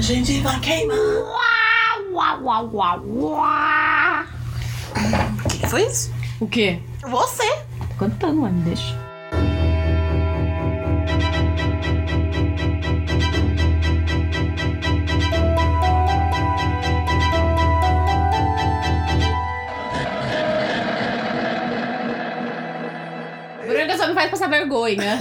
gente vai queimar. Uá, uá, uá, uá, uá. O que que foi isso? O quê? Você! Tô cantando, mas me deixa. Branca só me faz passar vergonha.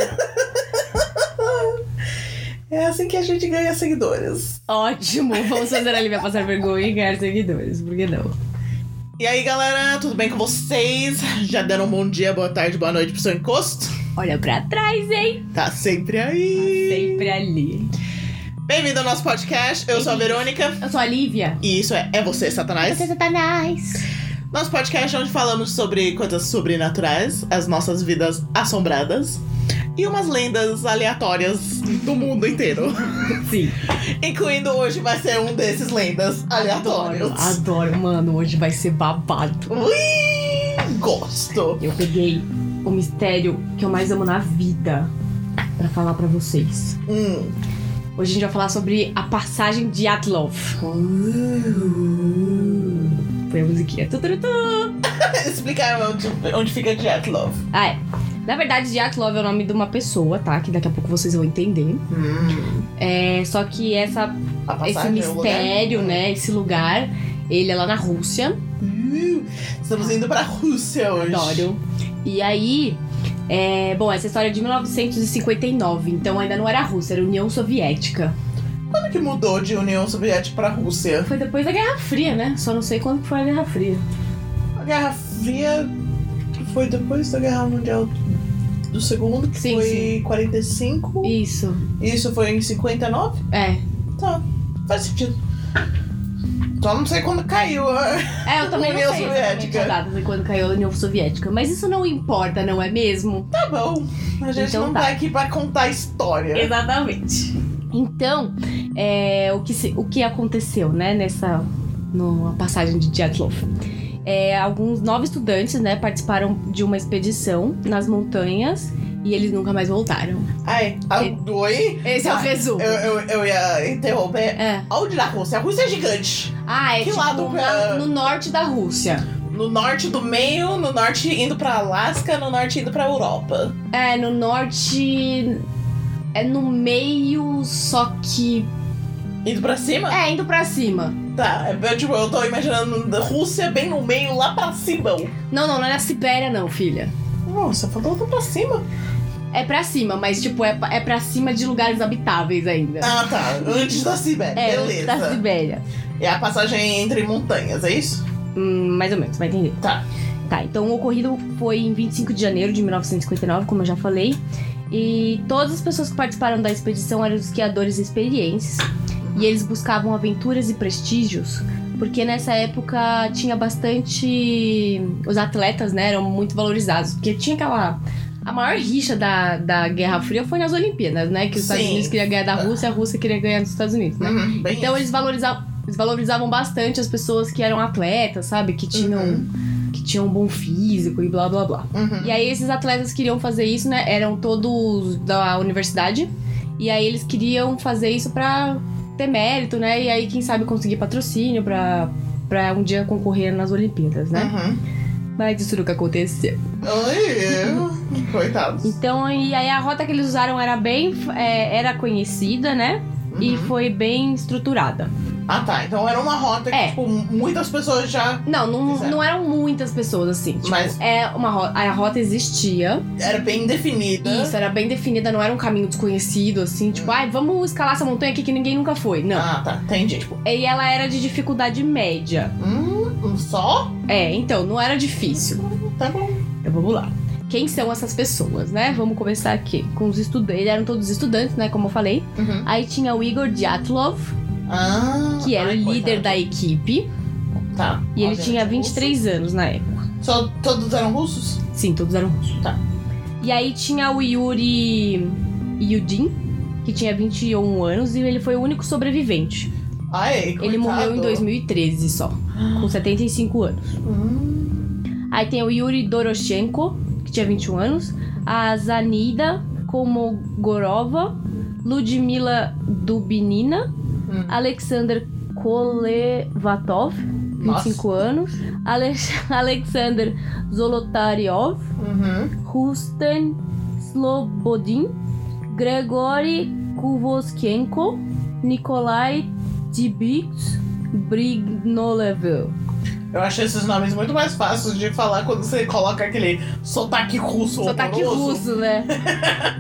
É assim que a gente ganha seguidores. Ótimo, vamos fazer a Lívia passar vergonha e ganhar seguidores, por que não? E aí, galera, tudo bem com vocês? Já deram um bom dia, boa tarde, boa noite pro seu encosto? Olha pra trás, hein? Tá sempre Tá aí. sempre ali. Bem-vindo ao nosso podcast. Eu sou a Verônica. Eu sou a Lívia. E isso é É Você, Satanás. Você é satanás. Nosso podcast é onde falamos sobre coisas sobrenaturais, as nossas vidas assombradas e umas lendas aleatórias do mundo inteiro. Sim. Incluindo hoje vai ser um desses lendas Adoro, aleatórios. adoro. Mano, hoje vai ser babado. Ui, gosto. Eu peguei o mistério que eu mais amo na vida pra falar pra vocês. Hum. Hoje a gente vai falar sobre a passagem de Atlov. Foi a musiquinha. Tuturutu. Explicar onde, onde fica Jet Love. Ah, é. Na verdade, Yatlov é o nome de uma pessoa, tá? Que daqui a pouco vocês vão entender. É, só que essa, A esse passagem é o lugar. mistério, né? Esse lugar, ele é lá na Rússia. Hum. Estamos indo pra Rússia hoje. Adoro. E aí, é, bom, essa história é de 1959, então ainda não era a Rússia, era a União Soviética. Quando que mudou de União Soviética pra Rússia? Foi depois da Guerra Fria, né? Só não sei quando que foi a Guerra Fria. A Guerra Fria foi depois da Guerra Mundial do Segundo, que Sim, foi sim. 45. Isso. Isso foi em 59? É. Tá, faz sentido. Só não sei quando caiu. ah. É, eu também União não sei exatamente Soviética. a data de quando caiu a União Soviética. Mas isso não importa, não é mesmo? Tá bom. A gente Então não tá. tá aqui pra contar história. Exatamente. Então, é, o, que se- o que aconteceu, né, nessa na passagem de Dyatlov? É, alguns nove estudantes, né, participaram de uma expedição nas montanhas e eles nunca mais voltaram. Ai, a- Ah, oi? Esse é o Ah, resumo. Eu, eu, eu ia interromper. É. Aonde na Rússia? A Rússia é gigante. Ah, é Que tipo lado pra- na- no norte da Rússia. No norte do meio, no norte indo pra Alasca, no norte indo pra Europa. É, no norte. É no meio, só que. Indo pra cima? É, indo pra cima. Tá, eu, tipo, eu tô imaginando a Rússia bem no meio, lá pra cima. Não, não, não é na Sibéria, não, filha. Nossa, falou lá pra cima. É pra cima, mas, tipo, é, pa- é pra cima de lugares habitáveis ainda. Ah, tá. Antes da Sibéria. É, Beleza. da Sibéria. É a passagem entre montanhas, é isso? Hum, mais ou menos, vai entender. Tá. Tá, então o ocorrido foi em 25 de janeiro de 1959, como eu já falei. E todas as pessoas que participaram da expedição eram esquiadores experientes. E eles buscavam aventuras e prestígios, porque nessa época tinha bastante. Os atletas, né, eram muito valorizados. Porque tinha aquela. A maior rixa da, da Guerra Fria foi nas Olimpíadas, né? Que os Estados Sim. Ah. Unidos queria ganhar da Rússia, a Rússia queria ganhar dos Estados Unidos, né? Uhum, bem Então eles valorizavam, eles valorizavam bastante as pessoas que eram atletas, sabe? Que tinham, que tinham um bom físico e blá blá blá. Uhum. E aí esses atletas queriam fazer isso, né? Eram todos da universidade. E aí eles queriam fazer isso pra ter mérito, né? E aí, quem sabe, conseguir patrocínio pra, pra um dia concorrer nas Olimpíadas, né? Uhum. Mas isso nunca aconteceu. Oi, coitados. Então, e aí a rota que eles usaram era bem... é, era conhecida, né? E Uhum. foi bem estruturada. Ah, tá. Então era uma rota que, É. tipo, muitas pessoas já. Não, não, Fizeram. não eram muitas pessoas assim. Tipo, Mas- é uma rota, a rota existia. Era bem definida. Isso, era bem definida, não era um caminho desconhecido, assim, tipo, ai, vamos escalar essa montanha aqui que ninguém nunca foi. Não. Ah, tá. Entendi. Tipo, E ela era de dificuldade média. hum, um só? É, então, não era difícil. Tá bom. Então vamos lá. Quem são essas pessoas, né? Vamos começar aqui com os estudantes. Eles eram todos estudantes, né? Como eu falei. Uhum. Aí tinha o Igor Dyatlov, Ah, que era ai, o líder coitado. da equipe. Tá. E ele Obviamente, tinha russo. 23 anos na época. Só, todos eram russos? Sim, todos eram russos. Tá. E aí tinha o Yuri Yudin, que tinha 21 anos e ele foi o único sobrevivente. Ai, Ele morreu em 2013 só, com 75 anos. Hum, Aí tem o Yuri Doroshenko, que tinha 21 anos, a Zanida Komogorova, Ludmila Dubinina Hum. Alexander Kolevatov, 25 Nossa. anos. Alex- Alexander Zolotaryov, Uhum. Rustan Slobodin, Gregory Kuvoskenko, Nikolai Dibits, Brignolev. Eu achei esses nomes muito mais fáceis de falar quando você coloca aquele sotaque russo Sotaque horroroso. russo, né?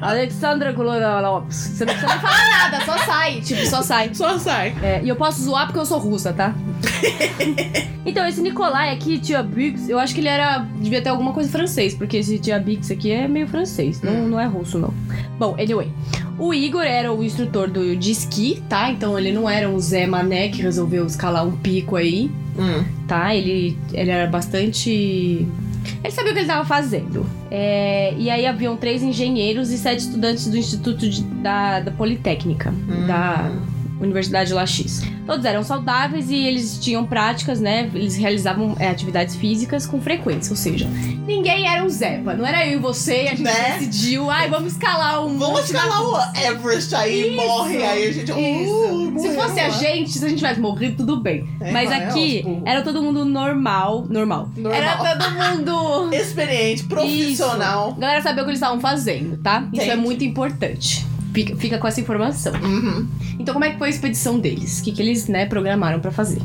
Alexandra Kolovalovs. Você não precisa nem falar nada, só sai. Tipo, só sai. Só sai. É, e eu posso zoar porque eu sou russa, tá? então, esse Nikolai aqui, Tia Bix, eu acho que ele era. devia ter alguma coisa em francês, porque esse Tia Bix aqui é meio francês, não, não é russo, não. Bom, anyway. O Igor era o instrutor do, de esqui, tá? Então ele não era um Zé Mané que resolveu escalar um pico aí Hum. tá? Ele, ele era bastante. Ele sabia o que ele estava fazendo. É, e aí haviam três engenheiros e sete estudantes do Instituto de- da, da Politécnica, Hum. da Universidade lá X. Todos eram saudáveis e eles tinham práticas, né? Eles realizavam é, atividades físicas com frequência, ou seja, ninguém era um Zepa. Não era eu e você, e a gente Né? decidiu, ai, vamos escalar um. Vamos monte na escalar o Everest aí, Isso. morre, aí a gente. Uh, isso. se morreu fosse a lá. gente, se a gente tivesse morrido, tudo bem. É, Mas vai, aqui aos burros. era todo mundo normal. Normal. Normal. Era todo mundo. Experiente, profissional. Isso. Galera sabia o que eles estavam fazendo, tá? Isso é Entendi. muito importante. Fica, fica com essa informação. Uhum. Então, como é que foi a expedição deles? O que, que eles né, programaram pra fazer?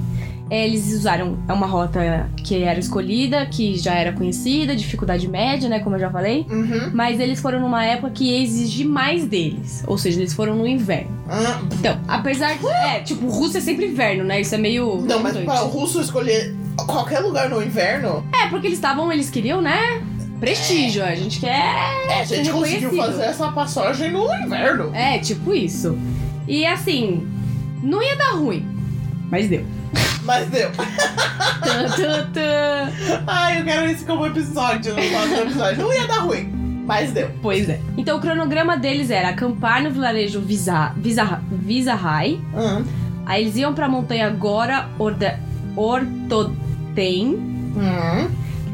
É, Eles usaram uma rota que era escolhida, que já era conhecida, dificuldade média, né? Como eu já falei. Uhum. Mas eles foram numa época que ia exigir mais deles. Ou seja, eles foram no inverno. Ah, Então, apesar de. É, tipo, Rússia é sempre inverno, né? Isso é meio. Não, mas doido. para o russo escolher qualquer lugar no inverno, É, porque eles estavam. Eles queriam, né? Prestígio. A gente quer. é, a gente conseguiu reconhecido. fazer essa passagem no inverno. É, tipo isso. E assim. Não ia dar ruim. Mas deu. Mas deu. Tã, tã, tã. Ai, eu quero esse como episódio no próximo episódio. Não ia dar ruim, mas deu. Pois é. Então o cronograma deles era acampar no vilarejo Visa, Visa, Visahai. Hum. Aí eles iam pra montanha agora Orda, Ortotem. Hum.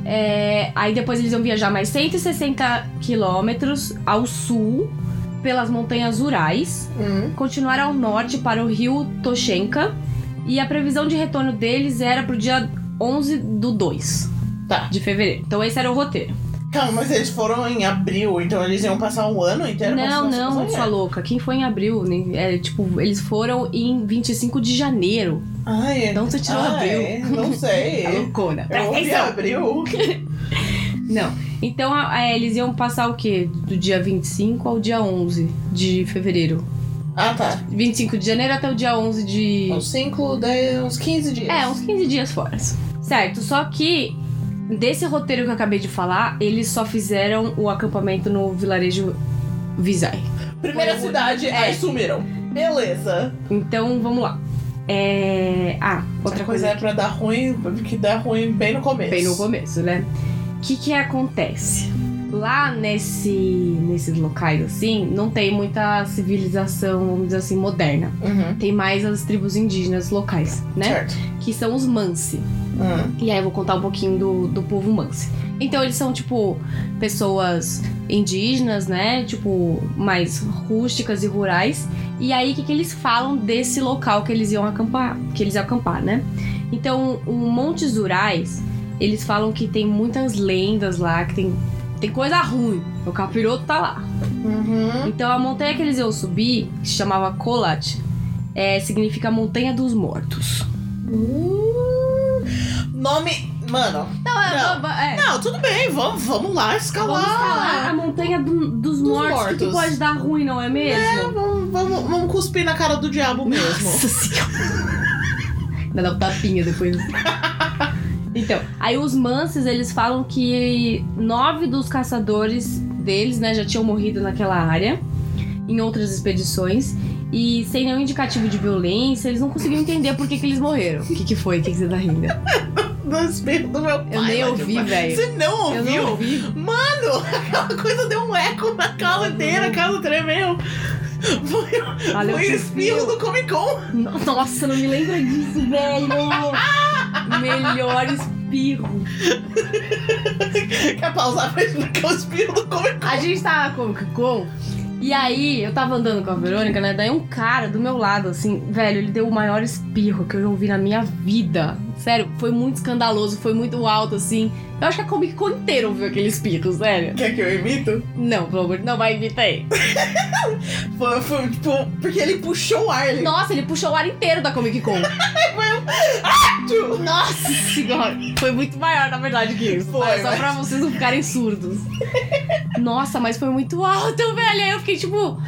É, aí depois eles iam viajar mais 160 quilômetros ao sul pelas montanhas Urais, Hum. continuar ao norte para o rio Toshenka e a previsão de retorno deles era pro dia 11 do 2 Tá. de fevereiro. Então esse era o roteiro. Calma, mas eles foram em abril, então eles iam passar um ano inteiro não, passando não, essa sua louca. Quem foi em abril, né? É, tipo, eles foram em 25 de janeiro. Ai, Então você tirou ai, abril. não sei. Tá loucona. Eu Presta ouvi atenção. abril. Não. Então a- a- eles iam passar o quê? Do dia 25 ao dia 11 de fevereiro. Ah, tá. 25 de janeiro até o dia 11 de. Uns 5, 10, uns 15 dias. É, uns 15 dias fora. Certo, só que desse roteiro que eu acabei de falar, eles só fizeram o acampamento no vilarejo Visay. Primeira Foi o- cidade, É. aí sumiram. Beleza. Então vamos lá. É. Ah, outra Essa coisa. é é pra dar ruim, que dá ruim bem no começo. Bem no começo, né? O que que acontece? Lá nesse, nesses locais, assim, não tem muita civilização, vamos dizer assim, moderna. Uhum. Tem mais as tribos indígenas locais, né? Certo. Que são os Mansi. Hum. E aí eu vou contar um pouquinho do, do povo Mansi. Então eles são, tipo, pessoas indígenas, né? Tipo, mais rústicas e rurais. E aí o que, que eles falam desse local que eles iam acampar, que eles iam acampar, né? Então, o Montes Urais, eles falam que tem muitas lendas lá, que tem, tem coisa ruim. O capiroto tá lá. Uhum. Então a montanha que eles iam subir, que se chamava Kolat, é, significa Montanha dos Mortos. Hum. Nome. Mano. Não. é. Não, tudo bem, vamos, vamos Tá lá escalar. Vamos escalar a montanha do- dos, mortos. O que que mortos. pode dar ruim, não é mesmo? Vamos, vamos, vamos cuspir na cara do diabo mesmo. Nossa senhora. Vai dar um tapinha depois. então, aí os manses, eles falam que nove dos caçadores deles, né, já tinham morrido naquela área, em outras expedições. E sem nenhum indicativo de violência, eles não conseguiam entender por que, que eles morreram. O que, que foi? O que, que você tá rindo? No espírito do meu pai. Eu nem lá de ouvi, baixo. velho. Você não Eu ouviu? não ouvi. Mano, aquela coisa deu um eco na casa inteira, a casa tremeu. Foi, Valeu, foi o tio espirro Fio. do Comic Con. No- Nossa, não me lembra disso, velho! Melhor espirro. Quer pausar pra explicar o espirro do Comic Con? A gente tava na Comic Con E aí, eu tava andando com a Verônica, né? Daí um cara do meu lado, assim, velho, ele deu o maior espirro que eu já ouvi na minha vida. Sério, foi muito escandaloso, foi muito alto, assim. Eu acho que a Comic Con inteira ouviu aquele espirro, sério. Quer que eu imito? Não, pelo amor de não vai imitar aí. Foi, foi, tipo, porque ele puxou o ar. Ele... Nossa, ele puxou o ar inteiro da Comic Con. Nossa senhora! Foi muito maior, na verdade, que isso. Foi, Mas só mas- pra vocês não ficarem surdos. Nossa, mas foi muito alto, velho. Aí eu fiquei, tipo,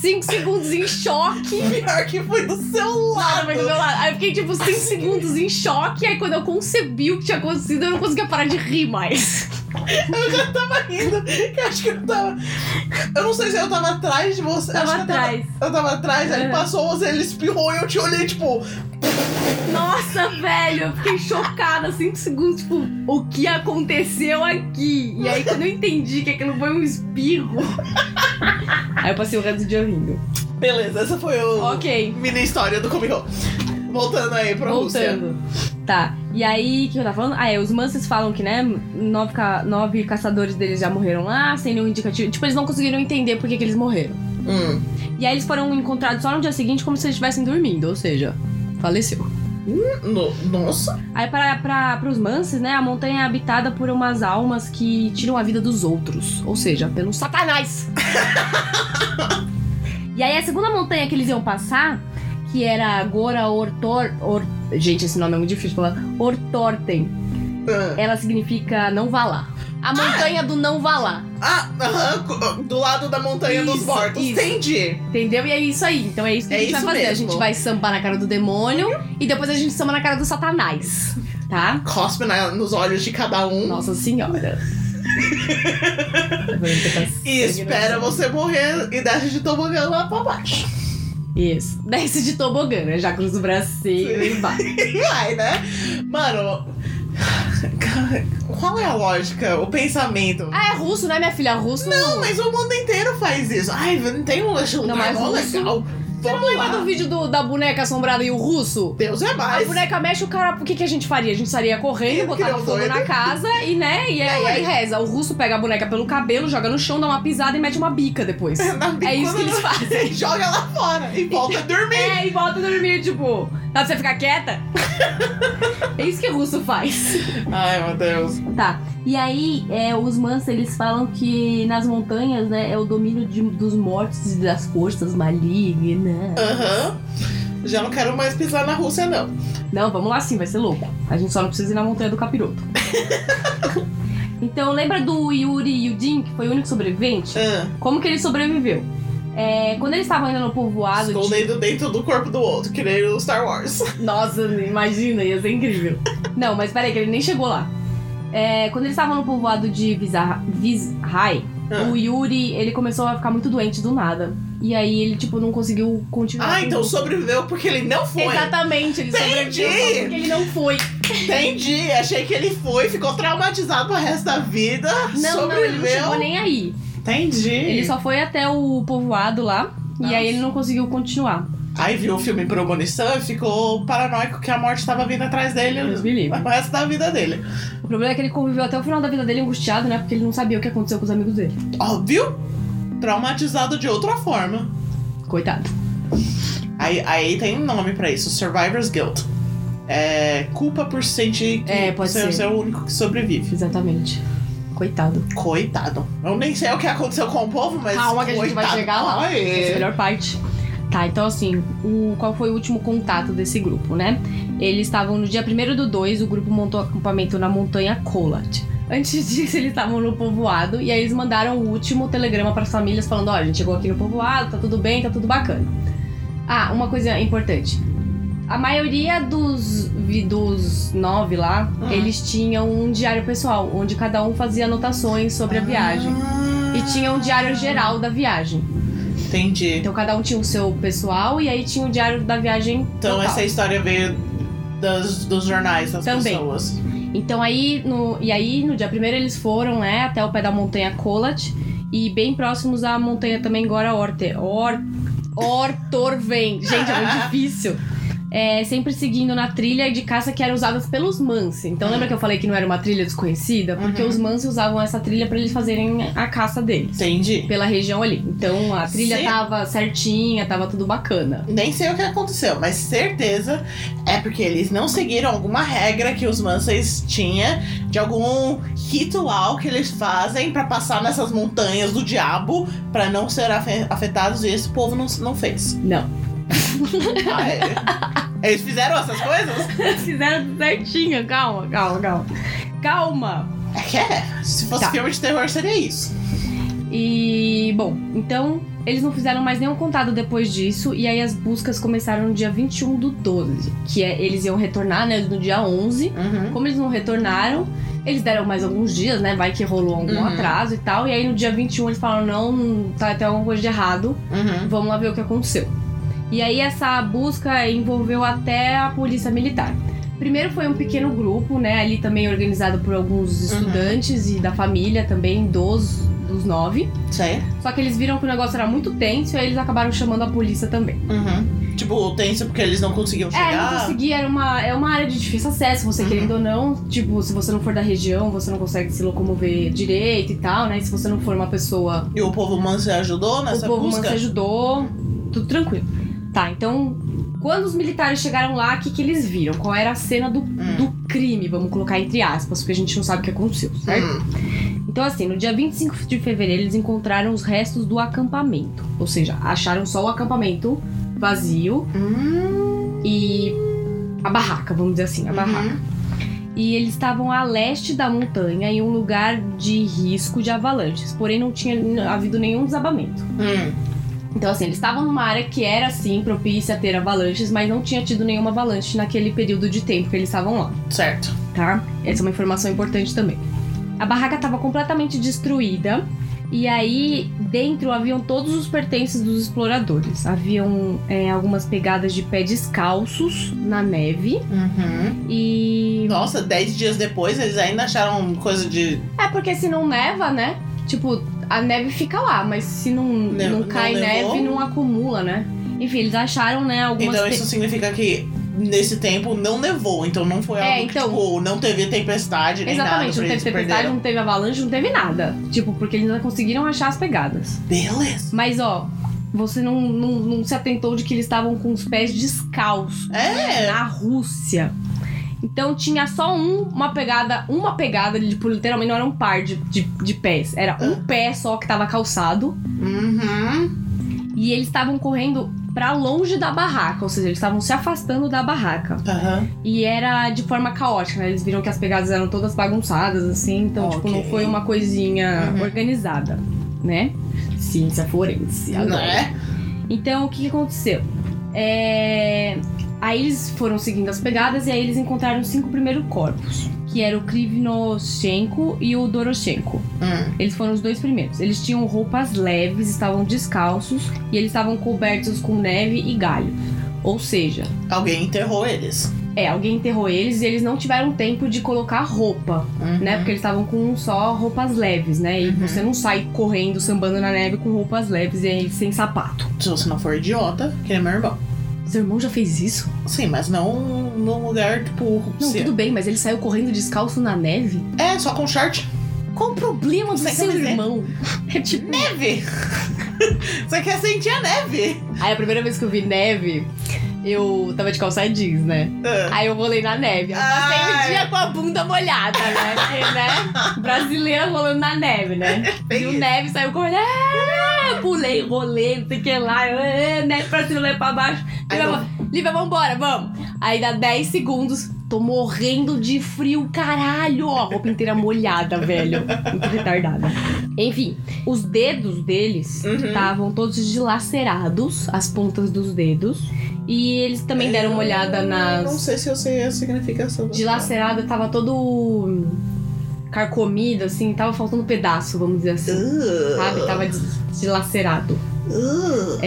5 segundos em choque. Pior que foi do seu Nada, lado. foi do meu lado. Aí eu fiquei, tipo, 5 segundos em choque. Aí quando eu concebi o que tinha acontecido, eu não conseguia parar de rir mais. rindo, que eu acho que eu tava. Eu não sei se eu tava atrás de você. Tava acho que eu atrás. Eu tava atrás, aí É. passou você, ele espirrou e eu te olhei, tipo, Nossa, velho, eu fiquei chocada, 5 segundos, tipo, o que aconteceu aqui? E aí, quando eu entendi que aquilo foi um espirro. aí eu passei o resto do dia rindo. beleza, essa foi o Ok, mini história do Comic Con. Voltando aí pra Rússia. voltando. Tá, e aí, o que eu tava falando? Ah, é, os Mansas falam que, né, nove, ca- nove caçadores deles já morreram lá, sem nenhum indicativo. Tipo, eles não conseguiram entender por que, que eles morreram. Hum. E aí, eles foram encontrados só no dia seguinte, como se eles estivessem dormindo, ou seja, faleceu. No- nossa. Aí para pra, pros manses, né, a montanha é habitada por umas almas que tiram a vida dos outros, ou seja, pelo satanás. e aí a segunda montanha que eles iam passar, que era Gora Ortor, Or- gente, esse nome é muito difícil de falar, Ortorten. Ah, Ela significa não vá lá. A montanha do não vá lá. Ah, aham, co- do lado da Montanha dos Isso, Mortos. isso. Entendi. Entendeu? E é isso aí. Então é isso que É a gente vai isso fazer. A mesmo. gente vai sambar na cara do demônio e depois a gente samba na cara do satanás, tá? Cospe na- nos olhos de cada um Nossa senhora. e espera você morrer e desce de tobogã lá pra baixo. Isso. Desce de tobogã, né? Já cruza o bracinho e vai. E vai, né? Mano. Qual é a lógica, o pensamento? Ah, é russo, né, minha filha? Russo. Não, mas o mundo inteiro faz isso. Ai, não tem um lanche Não, lugar mas mó russo- legal. Vamos Lembra é do lá. vídeo do- da boneca assombrada e o russo? Deus é A mais. boneca mexe, o cara, o que, que a gente faria? A gente estaria correndo, Eu botava queria um fogo doido. na casa e, né, e aí, Não, é. aí reza. O russo pega a boneca pelo cabelo, joga no chão, dá uma pisada e mete uma bica depois. Na- É isso quando que eles fazem. Joga lá fora e volta a dormir. É, e volta a dormir, tipo, dá pra você ficar quieta? é isso que russo faz. Ai, meu Deus. Tá. E aí, é, os Mans, eles falam que nas montanhas, né, é o domínio de- dos mortos e das forças malignas. Aham. Já não quero mais pisar na Rússia, não. Não, vamos lá sim, vai ser louco. A gente só não precisa ir na montanha do capiroto. então, lembra do Yuri Yudin, que foi o único sobrevivente? Ah, Como que ele sobreviveu? É, quando eles estavam ainda no povoado. de- escondendo dentro do corpo do outro, que nem o Star Wars. Nossa, imagina, ia ser incrível. Não, mas peraí, que ele nem chegou lá. É, quando eles estavam no povoado de Vizar- Vizhai, Ah. o Yuri, ele começou a ficar muito doente do nada. E aí ele, tipo, não conseguiu continuar. Ah, com- então sobreviveu porque ele não foi. Exatamente, ele sobreviveu Entendi. só porque ele não foi. Entendi. Achei que ele foi, ficou traumatizado pro resto da vida. Não, não, ele não sobreviveu. chegou nem aí. Entendi. Ele só foi até o povoado lá. E Nossa. aí ele não conseguiu continuar. Aí viu o filme Premonição e ficou paranoico que a morte tava vindo atrás dele Deus me livre. o resto da vida dele. O problema é que ele conviveu até o final da vida dele angustiado, né? Porque ele não sabia o que aconteceu com os amigos dele. Óbvio, traumatizado de outra forma. Coitado. Aí, aí tem um nome pra isso, Survivor's Guilt. É culpa por sentir que É, pode você ser. você é o único que sobrevive. Exatamente. Coitado. Coitado. Eu nem sei o que aconteceu com o povo, mas. Calma que a gente vai coitado. chegar lá. Essa é a Aê. melhor parte. Tá, então assim, o, qual foi o último contato desse grupo, né? Eles estavam no dia 1 do 2, o grupo montou um acampamento na montanha Colat. Antes disso, eles estavam no povoado e aí eles mandaram o último telegrama para as famílias falando: ó, a gente chegou aqui no povoado, tá tudo bem, tá tudo bacana. Ah, uma coisa importante. A maioria dos, vi- dos nove lá, Uhum. eles tinham um diário pessoal, onde cada um fazia anotações sobre a viagem. Ah, E tinha um diário geral da viagem. Entendi. Então cada um tinha o seu pessoal e aí tinha o diário da viagem. Então total. essa história veio das, dos jornais, das Também. pessoas. Então aí no e aí no dia primeiro eles foram, né, até o pé da montanha Colat e bem próximos à montanha também Gora Orte. Or Ortorven. Gente, é muito difícil. é, sempre seguindo na trilha de caça que era usadas pelos Mansi. Então lembra que eu falei que não era uma trilha desconhecida? Porque Uhum. os Mansi usavam essa trilha pra eles fazerem a caça deles. Entendi. Pela região ali. Então a trilha Sim. tava certinha, tava tudo bacana. Nem sei o que aconteceu, mas certeza é porque eles não seguiram alguma regra que os Manseis tinham de algum ritual que eles fazem pra passar nessas montanhas do diabo pra não ser afe- afetados e esse povo não, não fez. Não. Ah, é- eles fizeram essas coisas? Fizeram certinho, calma, calma, calma. Calma! É que é. Se fosse Tá. filme de terror, seria isso. E, bom, então eles não fizeram mais nenhum contado depois disso. E aí as buscas começaram no dia 21 do 12, que é, eles iam retornar, né, no dia 11. Uhum. Como eles não retornaram, eles deram mais alguns dias, né? Vai que rolou algum Uhum. atraso e tal. E aí no dia 21 eles falaram: não, tá até alguma coisa de errado, Uhum. vamos lá ver o que aconteceu. E aí essa busca envolveu até a polícia militar. Primeiro foi um pequeno grupo, né? Ali também organizado por Uhum. alguns estudantes e da família também, dos, dos nove. Isso aí. Só que eles viram que o negócio era muito tenso e aí eles acabaram chamando a polícia também. Uhum. Tipo, tenso porque eles não conseguiam É, não chegar. consegui, era uma, é uma área de difícil acesso, você Uhum. querendo ou não. Tipo, se você não for da região, você não consegue se locomover direito e tal, né? E se você não for uma pessoa E o povo Manse ajudou nessa o povo Ah, busca? manso ajudou, tudo tranquilo. Tá, então, quando os militares chegaram lá, o que, que eles viram? Qual era a cena do, Hum. do crime, vamos colocar entre aspas, porque a gente não sabe o que aconteceu, certo? Hum. Então, assim, no dia 25 de fevereiro, eles encontraram os restos do acampamento. Ou seja, acharam só o acampamento vazio Hum. e a barraca, vamos dizer assim, a barraca. Uhum. E eles estavam a leste da montanha, em um lugar de risco de avalanches. Porém, não tinha havido nenhum desabamento. Hum. Então, assim, eles estavam numa área que era, assim, propícia a ter avalanches, mas não tinha tido nenhuma avalanche naquele período de tempo que eles estavam lá, Certo. tá? Essa é uma informação importante também. A barraca estava completamente destruída, e aí dentro haviam todos os pertences dos exploradores. Haviam é, algumas pegadas de pé descalços na neve, Uhum. e. Nossa, 10 dias depois eles ainda acharam coisa de. É porque se não neva, né? Tipo, a neve fica lá, mas se não, Ne- não não cai nevou? neve, não acumula, né? Enfim, eles acharam, né, algumas Então pe- isso significa que nesse tempo não nevou, então não foi É, algo então- que, tipo, não teve tempestade nem Exatamente, nada. não pra teve eles tempestade, perderam. não teve avalanche, não teve nada. Tipo, porque eles ainda conseguiram achar as pegadas. Beleza. Mas ó, você não, não, não se atentou de que eles estavam com os pés descalços É. na Rússia. Então tinha só um, uma pegada, uma pegada, tipo, literalmente não era um par de, de, de pés. Era um pé só que tava calçado. Uhum. E eles estavam correndo pra longe da barraca, ou seja, eles estavam se afastando da barraca. Aham. E era de forma caótica, né? Eles viram que as pegadas eram todas bagunçadas, assim, então, tipo, não Ok. foi uma coisinha Uhum. organizada, né? Ciência forense. Não agora. é? Então, o que que aconteceu? É, Aí eles foram seguindo as pegadas e aí eles encontraram os cinco primeiros corpos, que era o Krivinoshenko e o Doroshenko. Hum. Eles foram os dois primeiros. Eles tinham roupas leves, estavam descalços e eles estavam cobertos com neve e galho. Ou seja, Alguém enterrou eles. é, alguém enterrou eles e eles não tiveram tempo de colocar roupa, Uhum. né? Porque eles estavam com só roupas leves, né? E Uhum. você não sai correndo, sambando na neve com roupas leves e aí sem sapato. Se você não for idiota, que é meu irmão. Seu irmão já fez isso? Sim, mas não num lugar, tipo. Não, se- tudo bem, mas ele saiu correndo descalço na neve? É, só com short. Qual o problema do Sem seu camiseta. irmão? um É tipo. Neve! você quer sentir a neve? Aí a primeira vez que eu vi neve, eu tava de calça jeans, né? Ah. Aí eu rolei na neve. Eu passei Ai. o dia com a bunda molhada, né? Porque, né? Brasileira rolando na neve, né? Tem E o isso. neve saiu correndo. "Ah!" Pulei, rolei, não sei o que lá. "Ah, Neve pra cima, neve pra baixo. Aí Lívia, não- va- Lívia, vambora, vamos. Aí dá 10 segundos. Tô morrendo de frio, caralho. Ó, roupa inteira molhada, velho. Muito retardada. Enfim, os dedos deles Uhum. estavam todos dilacerados, as pontas dos dedos. E eles também deram uma olhada Eu nas. Não sei se eu sei a significação. da palavra. Dilacerada tava todo carcomido, assim, tava faltando pedaço, vamos dizer assim. Uh, Sabe? Tava des- dilacerado. uh.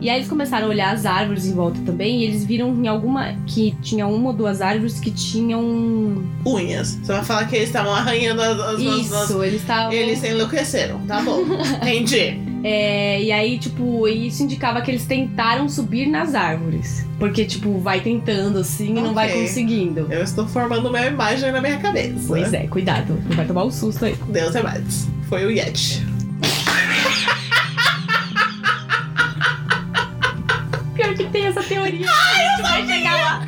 E aí eles começaram a olhar as árvores em volta também, e eles viram em alguma. que tinha uma ou duas árvores que tinham. um ah, Unhas. Você vai falar que eles estavam arranhando as, as, as- Isso, eles estavam. as- Eles enlouqueceram, tá bom. Entendi. É, e aí, tipo, isso indicava que eles tentaram subir nas árvores. Porque, tipo, vai tentando assim e não vai Ok. conseguindo. Eu estou formando uma imagem na minha cabeça. Pois é, cuidado. Não vai tomar um susto aí. Deus é mais. Foi o Yeti. Pior que tem essa teoria. a gente vai chegar lá.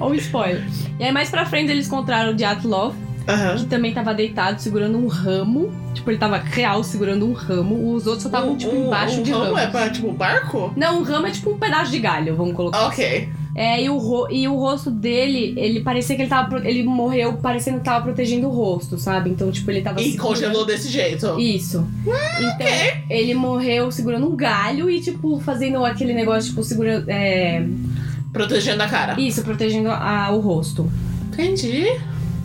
Ou spoiler. E aí, mais pra frente, eles encontraram o Dyatlov, Aham. que também tava deitado segurando um ramo. Tipo, ele tava real segurando um ramo. Os outros só estavam, O- tipo, o- embaixo o de Um, ramo ramo. é pra, tipo, barco? Não, um ramo é tipo um pedaço de galho, vamos colocar. Ok. É, e o, ro- e o rosto dele, ele parecia que ele tava. pro- Ele morreu parecendo que tava protegendo o rosto, sabe? Então, tipo, ele tava. E segurando- congelou Ah, desse jeito. Isso. então, ele morreu segurando um galho e, tipo, fazendo aquele negócio, tipo, segurando. é, Protegendo a cara. Isso, protegendo a- o rosto. Entendi.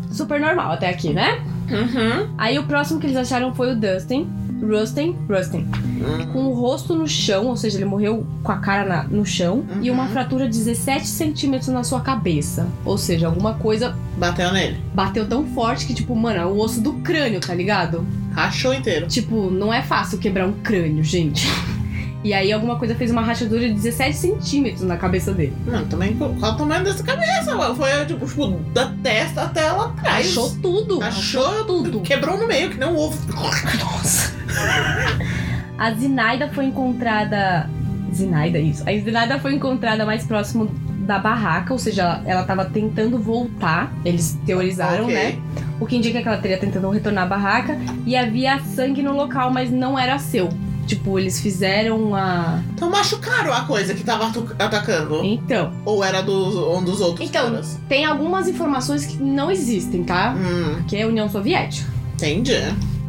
Super normal até aqui, né? Uhum. Aí o próximo que eles acharam foi o Dustin. Rustin, Rustin. Com o rosto no chão, ou seja, ele morreu com a cara na- no chão. E Uhum. uma fratura 17 centímetros na sua cabeça. Ou seja, alguma coisa Bateu nele. bateu tão forte que, tipo, mano, é o osso do crânio, tá ligado? Rachou inteiro. Tipo, não é fácil quebrar um crânio, gente. E aí alguma coisa fez uma rachadura de 17 centímetros na cabeça dele. Não, também. Qual o tamanho dessa cabeça? mano? Foi tipo, tipo, da testa até lá atrás. Achou tudo. Achou tudo. Quebrou no meio, que nem um ovo. Nossa. A Zinaida foi encontrada. Zinaida, isso. A Zinaida foi encontrada mais próximo da barraca, ou seja, ela, ela tava tentando voltar. Eles teorizaram, Ok. né? O que indica que ela teria tentando retornar à barraca. E havia sangue no local, mas não era seu. Tipo, eles fizeram a. Então machucaram a coisa que tava atu- atacando. Então, Ou era do, um dos outros Então. caras? tem algumas informações que não existem, tá? Hum, Que é a União Soviética. entendi.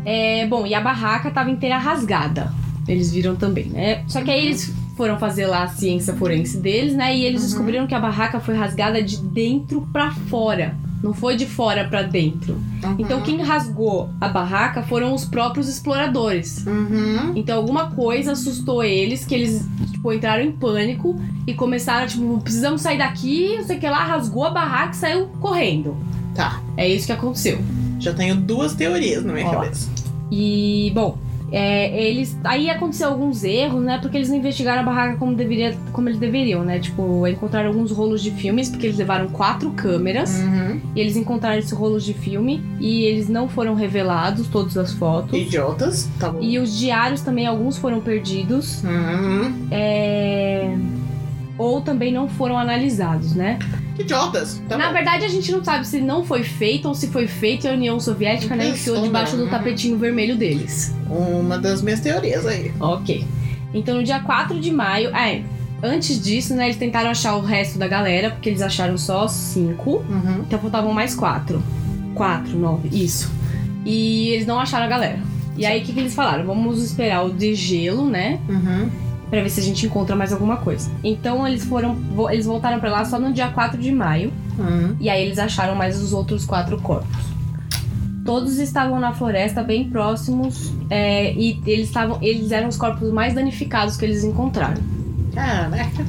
É, bom, e a barraca tava inteira rasgada. Eles viram também, né? Só que aí eles foram fazer lá a ciência forense deles, né? E eles Uhum. descobriram que a barraca foi rasgada de dentro pra fora. Não foi de fora pra dentro. Uhum. Então quem rasgou a barraca foram os próprios exploradores. Uhum. Então alguma coisa assustou eles, que eles tipo, entraram em pânico e começaram, tipo, precisamos sair daqui, não sei o que lá, rasgou a barraca e saiu correndo. Tá. É isso que aconteceu. Já tenho duas teorias na minha Ó lá. cabeça. E, bom, é, eles. Aí aconteceu alguns erros, né? Porque eles não investigaram a barraca como, deveria, como eles deveriam, né? Tipo, encontraram alguns rolos de filmes, porque eles levaram quatro câmeras. Uhum. E eles encontraram esses rolos de filme. E eles não foram revelados, todas as fotos. E... Idiotas, tá bom. os diários também, alguns foram perdidos. Uhum. é, Ou também não foram analisados, né? Idiotas, tá Na bom. verdade, a gente não sabe se não foi feito ou se foi feito e a União Soviética né, Pensou, enfiou debaixo né? do tapetinho vermelho deles. Uma das minhas teorias aí. Ok. Então no dia 4 de maio. É, antes disso, né? Eles tentaram achar o resto da galera, porque eles acharam só cinco. Uhum. Então faltavam mais quatro. Quatro, nove, isso. E eles não acharam a galera. E aí o que, que eles falaram? Vamos esperar o degelo, né? Uhum. Pra ver se a gente encontra mais alguma coisa. Então eles foram. vo- Eles voltaram pra lá só no dia 4 de maio. Uhum. E aí eles acharam mais os outros quatro corpos. Todos estavam na floresta, bem próximos, é, e eles estavam, eles eram os corpos mais danificados que eles encontraram. Caraca.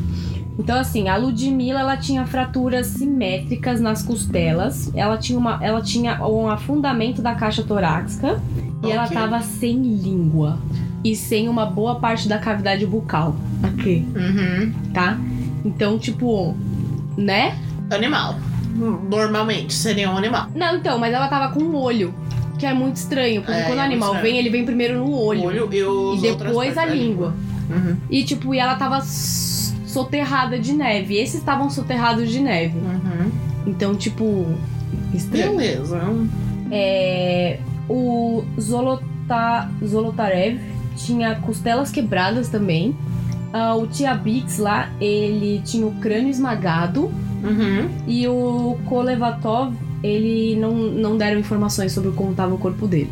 Então, assim, a Ludmilla ela tinha fraturas simétricas nas costelas, ela tinha, uma, ela tinha um afundamento da caixa torácica e ela Ok. estava sem língua e sem uma boa parte da cavidade bucal. Aqui, Uhum. tá? Então, tipo, né? Animal. Normalmente seria um animal. Não, então, mas ela tava com um olho, que é muito estranho, porque É, quando o é muito animal estranho. vem, ele vem primeiro no olho, e, os e outras depois partes a da língua. Uhum. E tipo, e ela tava s- soterrada de neve. Esses estavam soterrados de neve. Uhum. Então, tipo, estranho. Beleza. É, o Zolota, Zolotarev tinha costelas quebradas também. Ah, o Tiabix lá, ele tinha o crânio esmagado. Uhum. E o Kolevatov, ele não, não deram informações sobre como estava o corpo dele.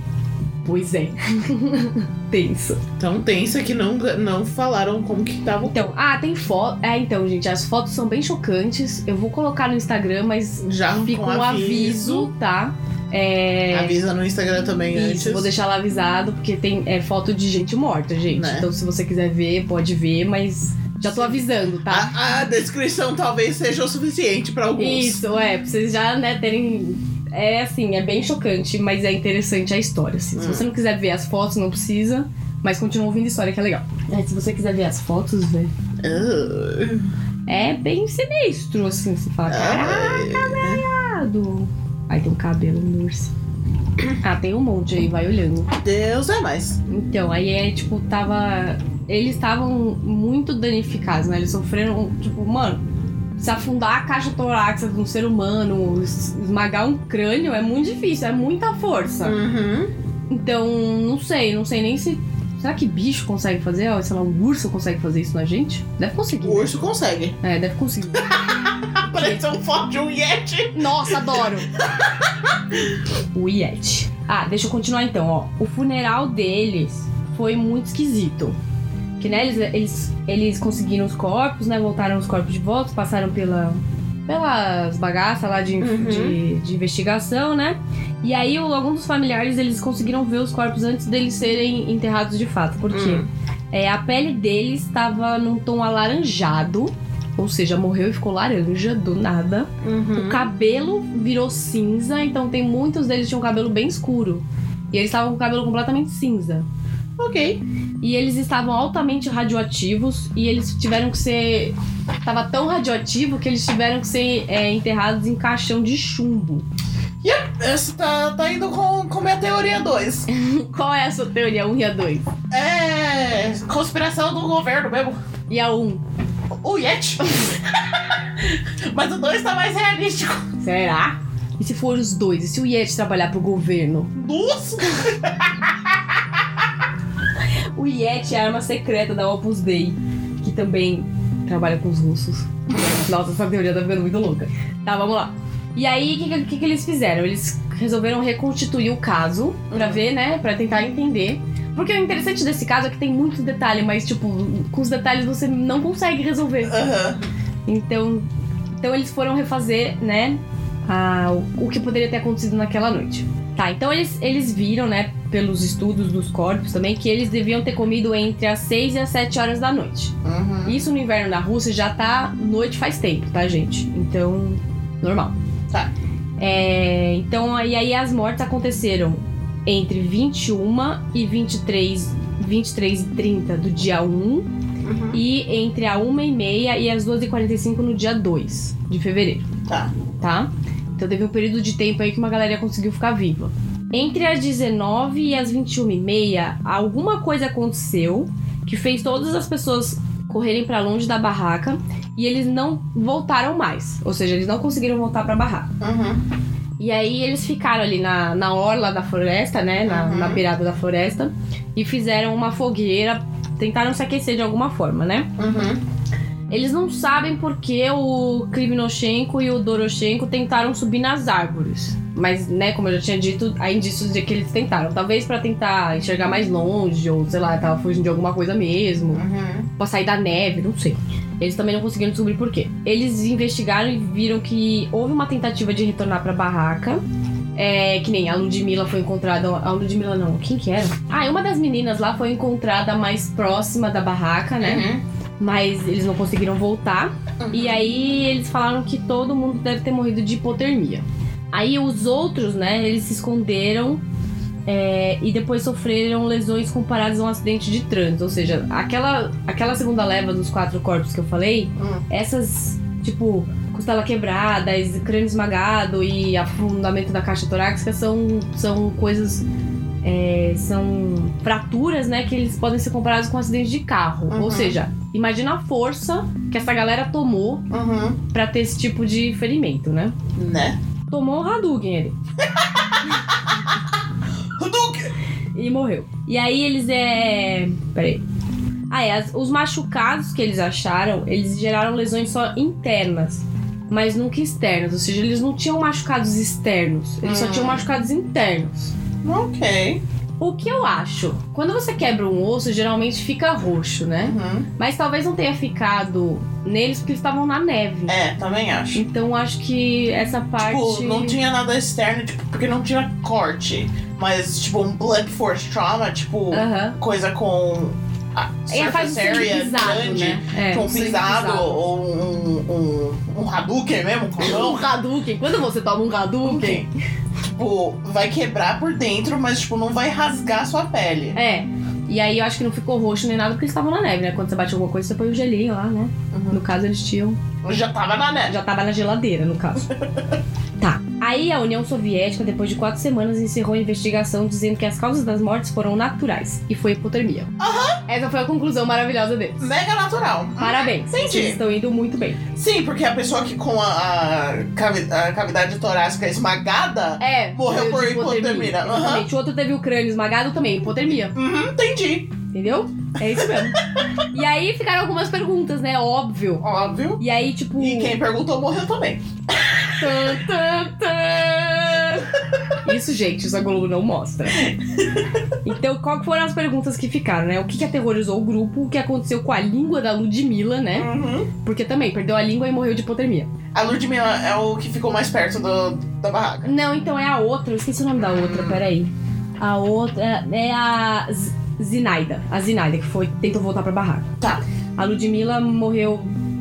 Pois é. Tenso. Então tem isso aqui, não, não falaram como que tava o Então, ah, tem foto. É, então, gente, as fotos são bem chocantes. Eu vou colocar no Instagram, mas Já fica com um aviso, tá? É. Avisa no Instagram também Isso, antes. vou deixar lá avisado, porque tem é, foto de gente morta, gente. Né? Então, se você quiser ver, pode ver, mas já tô Sim. Ah, avisando, tá? a, a descrição talvez seja o suficiente pra alguns. Isso, é, pra vocês já, né, terem. É assim, é bem chocante, mas é interessante a história. assim. Se Hum. você não quiser ver as fotos, não precisa, mas continua ouvindo a história que é legal. É, se você quiser ver as fotos, vê. Ah, é bem sinistro, assim, se fala. Ah, Caralho! Aí tem um cabelo no urso. Ah, tem um monte aí, vai olhando. Deus é mais. Então, aí é tipo, tava. Eles estavam muito danificados, né? Eles sofreram, tipo, mano, se afundar a caixa torácica de um ser humano, es- esmagar um crânio é muito difícil, é muita força. Uhum. Então, não sei, não sei nem se. Será que bicho consegue fazer? Ó, Sei lá, um urso consegue fazer isso na gente? Deve conseguir. O urso consegue. É, deve conseguir. Apareceu um forte um Yeti. Nossa, adoro! o Yeti. Ah, deixa eu continuar então, ó. O funeral deles foi muito esquisito. Que, né, eles, eles, eles conseguiram os corpos, né? Voltaram os corpos de volta, passaram pela, pelas bagaças lá de, Uhum. de, de investigação, né? E aí, o- alguns dos familiares, eles conseguiram ver os corpos antes deles serem enterrados de fato. Por quê? Hum. É, a pele dele estava num tom alaranjado, ou seja, morreu e ficou laranja do nada. O Uhum. cabelo virou cinza, então tem muitos deles tinham cabelo bem escuro. E eles estavam com o cabelo completamente cinza. Ok. E eles estavam altamente radioativos e eles tiveram que ser. Tava tão radioativo que eles tiveram que ser é, enterrados em caixão de chumbo. Esse tá, tá indo com, com minha teoria 2. Qual é a sua teoria 1 e a 2? É. Conspiração do governo mesmo. E a 1? O Yeti. Mas o 2 tá mais realístico. Será? E se for os dois? E se o Yeti trabalhar pro governo? Luz. O Yeti é a arma secreta da Opus Dei, que também trabalha com os russos. Nossa, essa teoria tá ficando muito louca. Tá, vamos lá. E aí, o que, que- que, que eles fizeram? Eles resolveram reconstituir o caso pra Uhum. ver, né? Pra tentar entender. Porque o interessante desse caso é que tem muito detalhe, mas, tipo, com os detalhes você não consegue resolver. Aham. Então, então eles foram refazer, né? a- o que poderia ter acontecido naquela noite. Tá, então eles, eles viram, né, pelos estudos dos corpos também, que eles deviam ter comido entre as 6 e as 7 horas da noite. Uhum. Isso no inverno na Rússia já tá noite faz tempo, tá, gente? Então, normal. Tá. É, então, aí, aí as mortes aconteceram entre 21 e 23, 23 e 30 do dia 1 Uhum. e entre a 1h30 e as 2h45 no dia 2 de fevereiro. Tá. Tá? Então teve um período de tempo aí que uma galera conseguiu ficar viva. Entre as 19 e as 21h30, alguma coisa aconteceu que fez todas as pessoas correrem pra longe da barraca e eles não voltaram mais. Ou seja, eles não conseguiram voltar pra barraca. Uhum. E aí eles ficaram ali na, na orla da floresta, né? Na, Uhum. na beirada da floresta. E fizeram uma fogueira. Tentaram se aquecer de alguma forma, né? Uhum. Eles não sabem porque o Krivinoshenko e o Doroshenko tentaram subir nas árvores. Mas, né, como eu já tinha dito, há indícios de que eles tentaram. Talvez pra tentar enxergar mais longe, ou sei lá, tava fugindo de alguma coisa mesmo. Uhum. Pra sair da neve, não sei. Eles também não conseguiram descobrir por quê. Eles investigaram e viram que houve uma tentativa de retornar pra barraca. É, que nem a Ludmilla foi encontrada. A Ludmilla não, quem que era? Ah, e uma das meninas lá foi encontrada mais próxima da barraca, né? Uhum. mas eles não conseguiram voltar. Uhum. E aí eles falaram que todo mundo deve ter morrido de hipotermia. Aí os outros, né, eles se esconderam é, e depois sofreram lesões comparadas a um acidente de trânsito. Ou seja, aquela, aquela segunda leva dos quatro corpos que eu falei, Hum. essas, tipo, costela quebrada, es- crânio esmagado e afundamento da caixa torácica são, são coisas. é, são fraturas, né? Que eles podem ser comparados com um acidente de carro. Uhum. Ou seja, imagina a força que essa galera tomou Uhum. pra ter esse tipo de ferimento, né? Né? Tomou um Hadouken ele Hadouken! e morreu. E aí eles é. Peraí. Ah, é. as- os machucados que eles acharam, eles geraram lesões só internas, mas nunca externas. Ou seja, eles não tinham machucados externos, eles Hum. só tinham machucados internos. Uhum. Ok. O que eu acho? Quando você quebra um osso, geralmente fica roxo, né? Uhum. Mas talvez não tenha ficado neles porque eles estavam na neve. É, também acho. Então acho que essa parte. Tipo, não tinha nada externo, tipo, porque não tinha corte. Mas, tipo, um blood force trauma, tipo, Aham. coisa com. A E a surface fase de sangue area pisado, grande, né? É, com sangue pisado, ou um, um, um Hadouken mesmo, com a mão. Um Hadouken, quando você toma um Hadouken. tipo, vai quebrar por dentro, mas tipo, não vai rasgar a sua pele. É. E aí eu acho que não ficou roxo nem nada porque eles estavam na neve, né? Quando você bate alguma coisa, você põe o gelinho lá, né? Uhum. No caso, eles tinham Eu já tava na neve. já tava na geladeira, no caso. tá. Aí a União Soviética, depois de quatro semanas, encerrou a investigação dizendo que as causas das mortes foram naturais e foi hipotermia. Essa foi a conclusão maravilhosa deles. Mega natural. Parabéns, Entendi. vocês estão indo muito bem. Sim, porque a pessoa que com a, a cavi- a cavidade torácica esmagada. É, Morreu por de hipotermia. Aham. Exatamente. O outro teve o crânio esmagado também, hipotermia. Uhum, entendi. Entendeu? É isso mesmo. e aí ficaram algumas perguntas, né? Óbvio. Óbvio. E aí, tipo. E quem perguntou morreu também. Tã, tã, tã. Isso, gente, isso a Globo não mostra. Então, qual que foram as perguntas que ficaram, né? O que, que aterrorizou o grupo? O que aconteceu com a língua da Ludmilla, né? Uhum. Porque também perdeu a língua e morreu de hipotermia. A Ludmilla é o que ficou mais perto do, da barraca. Não, então é a outra. Eu esqueci o nome da outra, peraí. A outra. É é a Z- Zinaida. A Zinaida, que foi, tentou voltar pra barraca. Tá. A Ludmilla morreu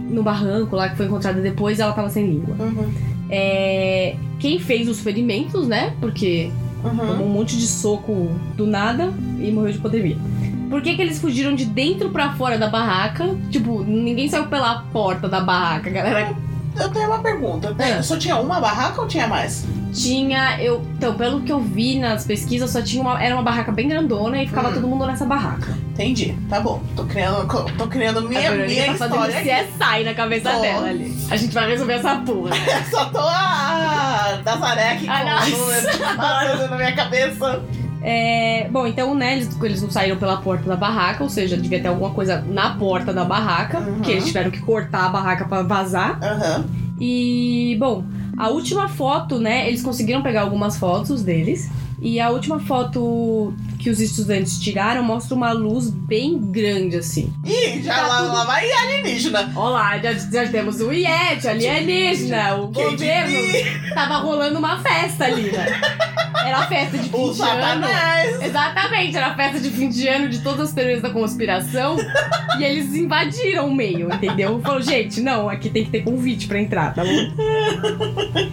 no barranco lá, que foi encontrada depois, e ela tava sem língua. Uhum. É, Quem fez os ferimentos, né? Porque Uhum. Tomou um monte de soco do nada e morreu de hipotermia. Por que, que eles fugiram de dentro pra fora da barraca? Tipo, ninguém saiu pela porta da barraca, a galera. Eu tenho uma pergunta. Tem- É. Só tinha uma barraca ou tinha mais? Tinha. Eu, então, pelo que eu vi nas pesquisas, só tinha uma. Era uma barraca bem grandona e ficava Hum. todo mundo nessa barraca. Entendi. Tá bom. Tô criando, co- tô criando minha, a Verônica minha tá fazendo história. aqui. CSI na cabeça Tô. dela ali. A gente vai resolver essa porra. Só tô a a Nazaré aqui com Ah, nossa. o número batendo na minha cabeça. É, bom, então, né, eles, eles não saíram pela porta da barraca, ou seja, devia ter alguma coisa na porta da barraca, Uhum. que eles tiveram que cortar a barraca pra vazar. Aham. E, bom, a última foto, né? Eles conseguiram pegar algumas fotos deles. E a última foto que os estudantes tiraram mostra uma luz bem grande, assim. Ih, já Tá lá, tudo- lá vai alienígena. Olha lá, já, já temos o IET, alienígena, o Quem governo. Tava rolando uma festa ali, né? Era festa de fim O de ano. Satanás. Exatamente, era festa de fim de ano de todas as teorias da conspiração. e eles invadiram o meio, entendeu? Falou, gente, não, aqui tem que ter convite pra entrar, tá bom?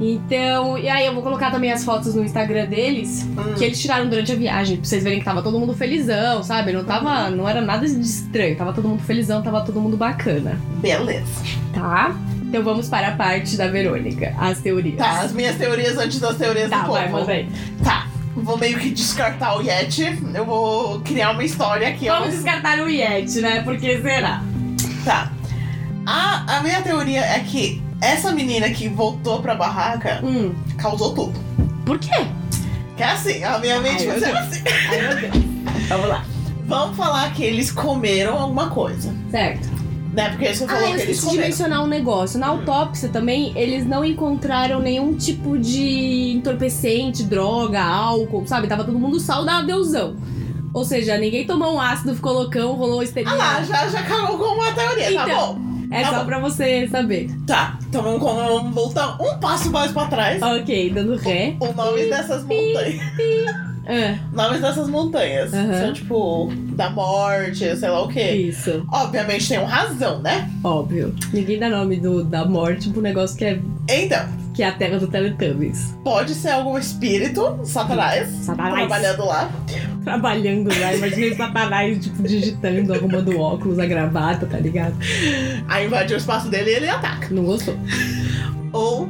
Então, e aí eu vou colocar também as fotos no Instagram deles Hum. que eles tiraram durante a viagem, pra vocês verem que tava todo mundo felizão, sabe? Não tava, não era nada de estranho, tava todo mundo felizão, tava todo mundo bacana, Beleza. tá? Então vamos para a parte da Verônica, as teorias. Tá, as minhas teorias antes das teorias Tá, do vai, povo. manda aí. Tá, vou meio que descartar o Yeti. Eu vou criar uma história aqui. ó. Vamos descartar o Yeti, né? Porque será? Tá. A, a minha teoria é que essa menina que voltou pra barraca Hum, causou tudo. por quê? Que é assim, a minha mente Ai, meu funciona assim. Ai, meu Deus. Vamos lá. Vamos falar que eles comeram alguma coisa. Certo. Né? Porque você Ah, falou eu que eles esqueci de comeram. Hum. mencionar um negócio. Na autópsia também, eles não encontraram nenhum tipo de entorpecente, droga, álcool, sabe? Tava todo mundo saudávelzão. Ou seja, ninguém tomou um ácido, ficou loucão, rolou Ah histeria. lá, já, já cagou com uma teoria, tá Então. bom? é tá só bom. pra você saber. Tá, então vamos, vamos voltar um passo mais pra trás. Ok, dando ré. O nome dessas montanhas. Ah, Nomes dessas montanhas. Aham. São tipo, da morte, sei lá o quê. isso, Obviamente tem um razão, né? óbvio. Ninguém dá nome do, da morte pro negócio que é, Então, que é a terra do Teletubbies. pode ser algum espírito, Satanás, Satanás. trabalhando lá. Trabalhando lá, imaginei o Satanás, tipo, digitando, arrumando óculos, a gravata, tá ligado? Aí invade o espaço dele e ele ataca. Não gostou. Ou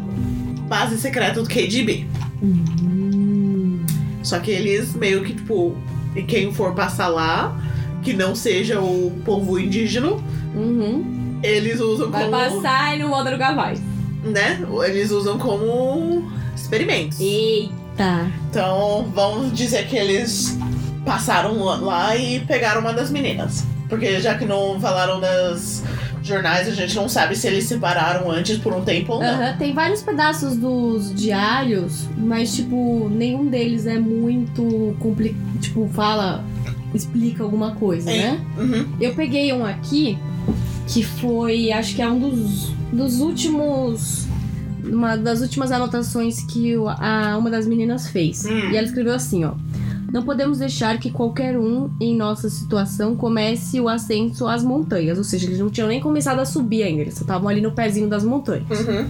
base secreta do KGB. Uhum. Só que eles meio que, tipo, e quem for passar lá, que não seja o povo indígena, Uhum. eles usam Vai como. passar e não volta nunca mais. Né? Eles usam como experimentos. Eita. Então, vamos dizer que eles passaram lá e pegaram uma das meninas. Porque já que não falaram das jornais, a gente não sabe se eles separaram antes por um tempo ou não. Aham, Tem vários pedaços dos diários, mas, tipo, nenhum deles é muito complicado. Tipo, fala, explica alguma coisa, É. né? Uhum. Eu peguei um aqui que foi, acho que é um dos, dos últimos. Uma das últimas anotações que o- a, uma das meninas fez. Hum. E ela escreveu assim, ó. Não podemos deixar que qualquer um em nossa situação comece o ascenso às montanhas. Ou seja, eles não tinham nem começado a subir ainda, eles só estavam ali no pezinho das montanhas. Uhum.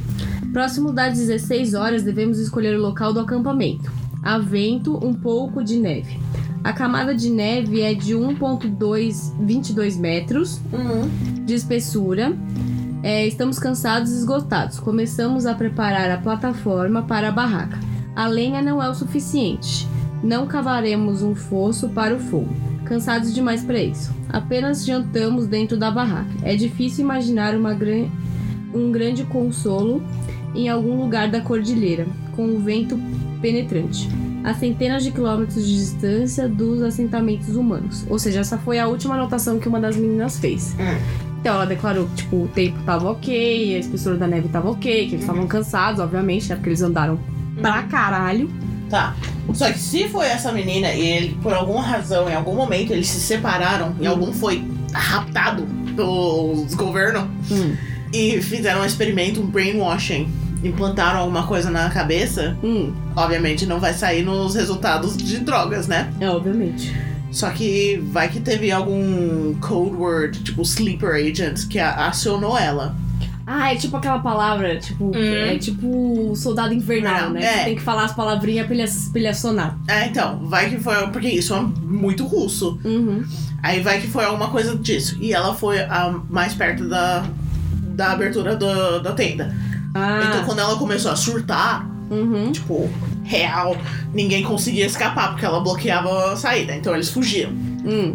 Próximo das 16 horas, devemos escolher o local do acampamento. Há vento, um pouco de neve. A camada de neve é de 1,22 metros Uhum. de espessura. É, estamos cansados e esgotados. Começamos a preparar a plataforma para a barraca. A lenha não é o suficiente. Não cavaremos um fosso para o fogo. Cansados demais para isso. Apenas jantamos dentro da barraca. É difícil imaginar uma gran- um grande consolo em algum lugar da cordilheira, com o vento penetrante. A centenas de quilômetros de distância dos assentamentos humanos. Ou seja, essa foi a última anotação que uma das meninas fez. Então ela declarou que, tipo, o tempo tava ok, a espessura da neve tava ok, que eles estavam cansados, obviamente, né? Porque eles andaram pra caralho. Tá. Só que se foi essa menina e ele, por alguma razão, em algum momento, eles se separaram e algum foi raptado pelos governo Hum. e fizeram um experimento, um brainwashing, implantaram alguma coisa na cabeça, Hum. obviamente não vai sair nos resultados de drogas, né? É, obviamente. Só que vai que teve algum code word, tipo sleeper agent, que a- acionou ela. Ah, é tipo aquela palavra, tipo, é tipo soldado invernal, Não, né? é. Você tem que falar as palavrinhas pra ele, ass- pra ele acionar. É, então, vai que foi. Porque isso é muito russo. Uhum. Aí vai que foi alguma coisa disso. E ela foi a mais perto da, da abertura do- da tenda. Ah. Então quando ela começou a surtar, Uhum. tipo, real, ninguém conseguia escapar, porque ela bloqueava a saída. Então eles fugiam. Hum.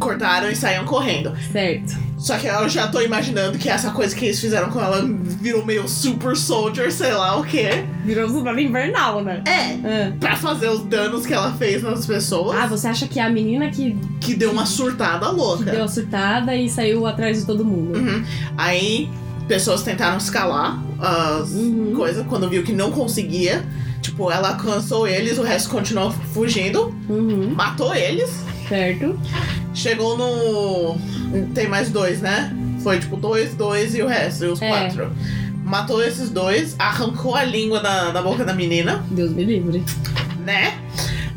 Cortaram e saíam correndo. Certo. Só que eu já tô imaginando que essa coisa que eles fizeram com ela virou meio super soldier, sei lá o quê. Virou soldado invernal, né? É, Ah. pra fazer os danos que ela fez nas pessoas, Ah, você acha que a menina que que deu uma surtada louca. deu a surtada e saiu atrás de todo mundo? Uhum. Aí, pessoas tentaram escalar as Uhum. coisas quando viu que não conseguia. Tipo, ela alcançou eles, o resto continuou fugindo, Uhum. matou eles. Certo. Chegou no. Tem mais dois, né? Foi tipo dois, dois e o resto, e os É. quatro. Matou esses dois, arrancou a língua da, da boca da menina, Deus me livre. né?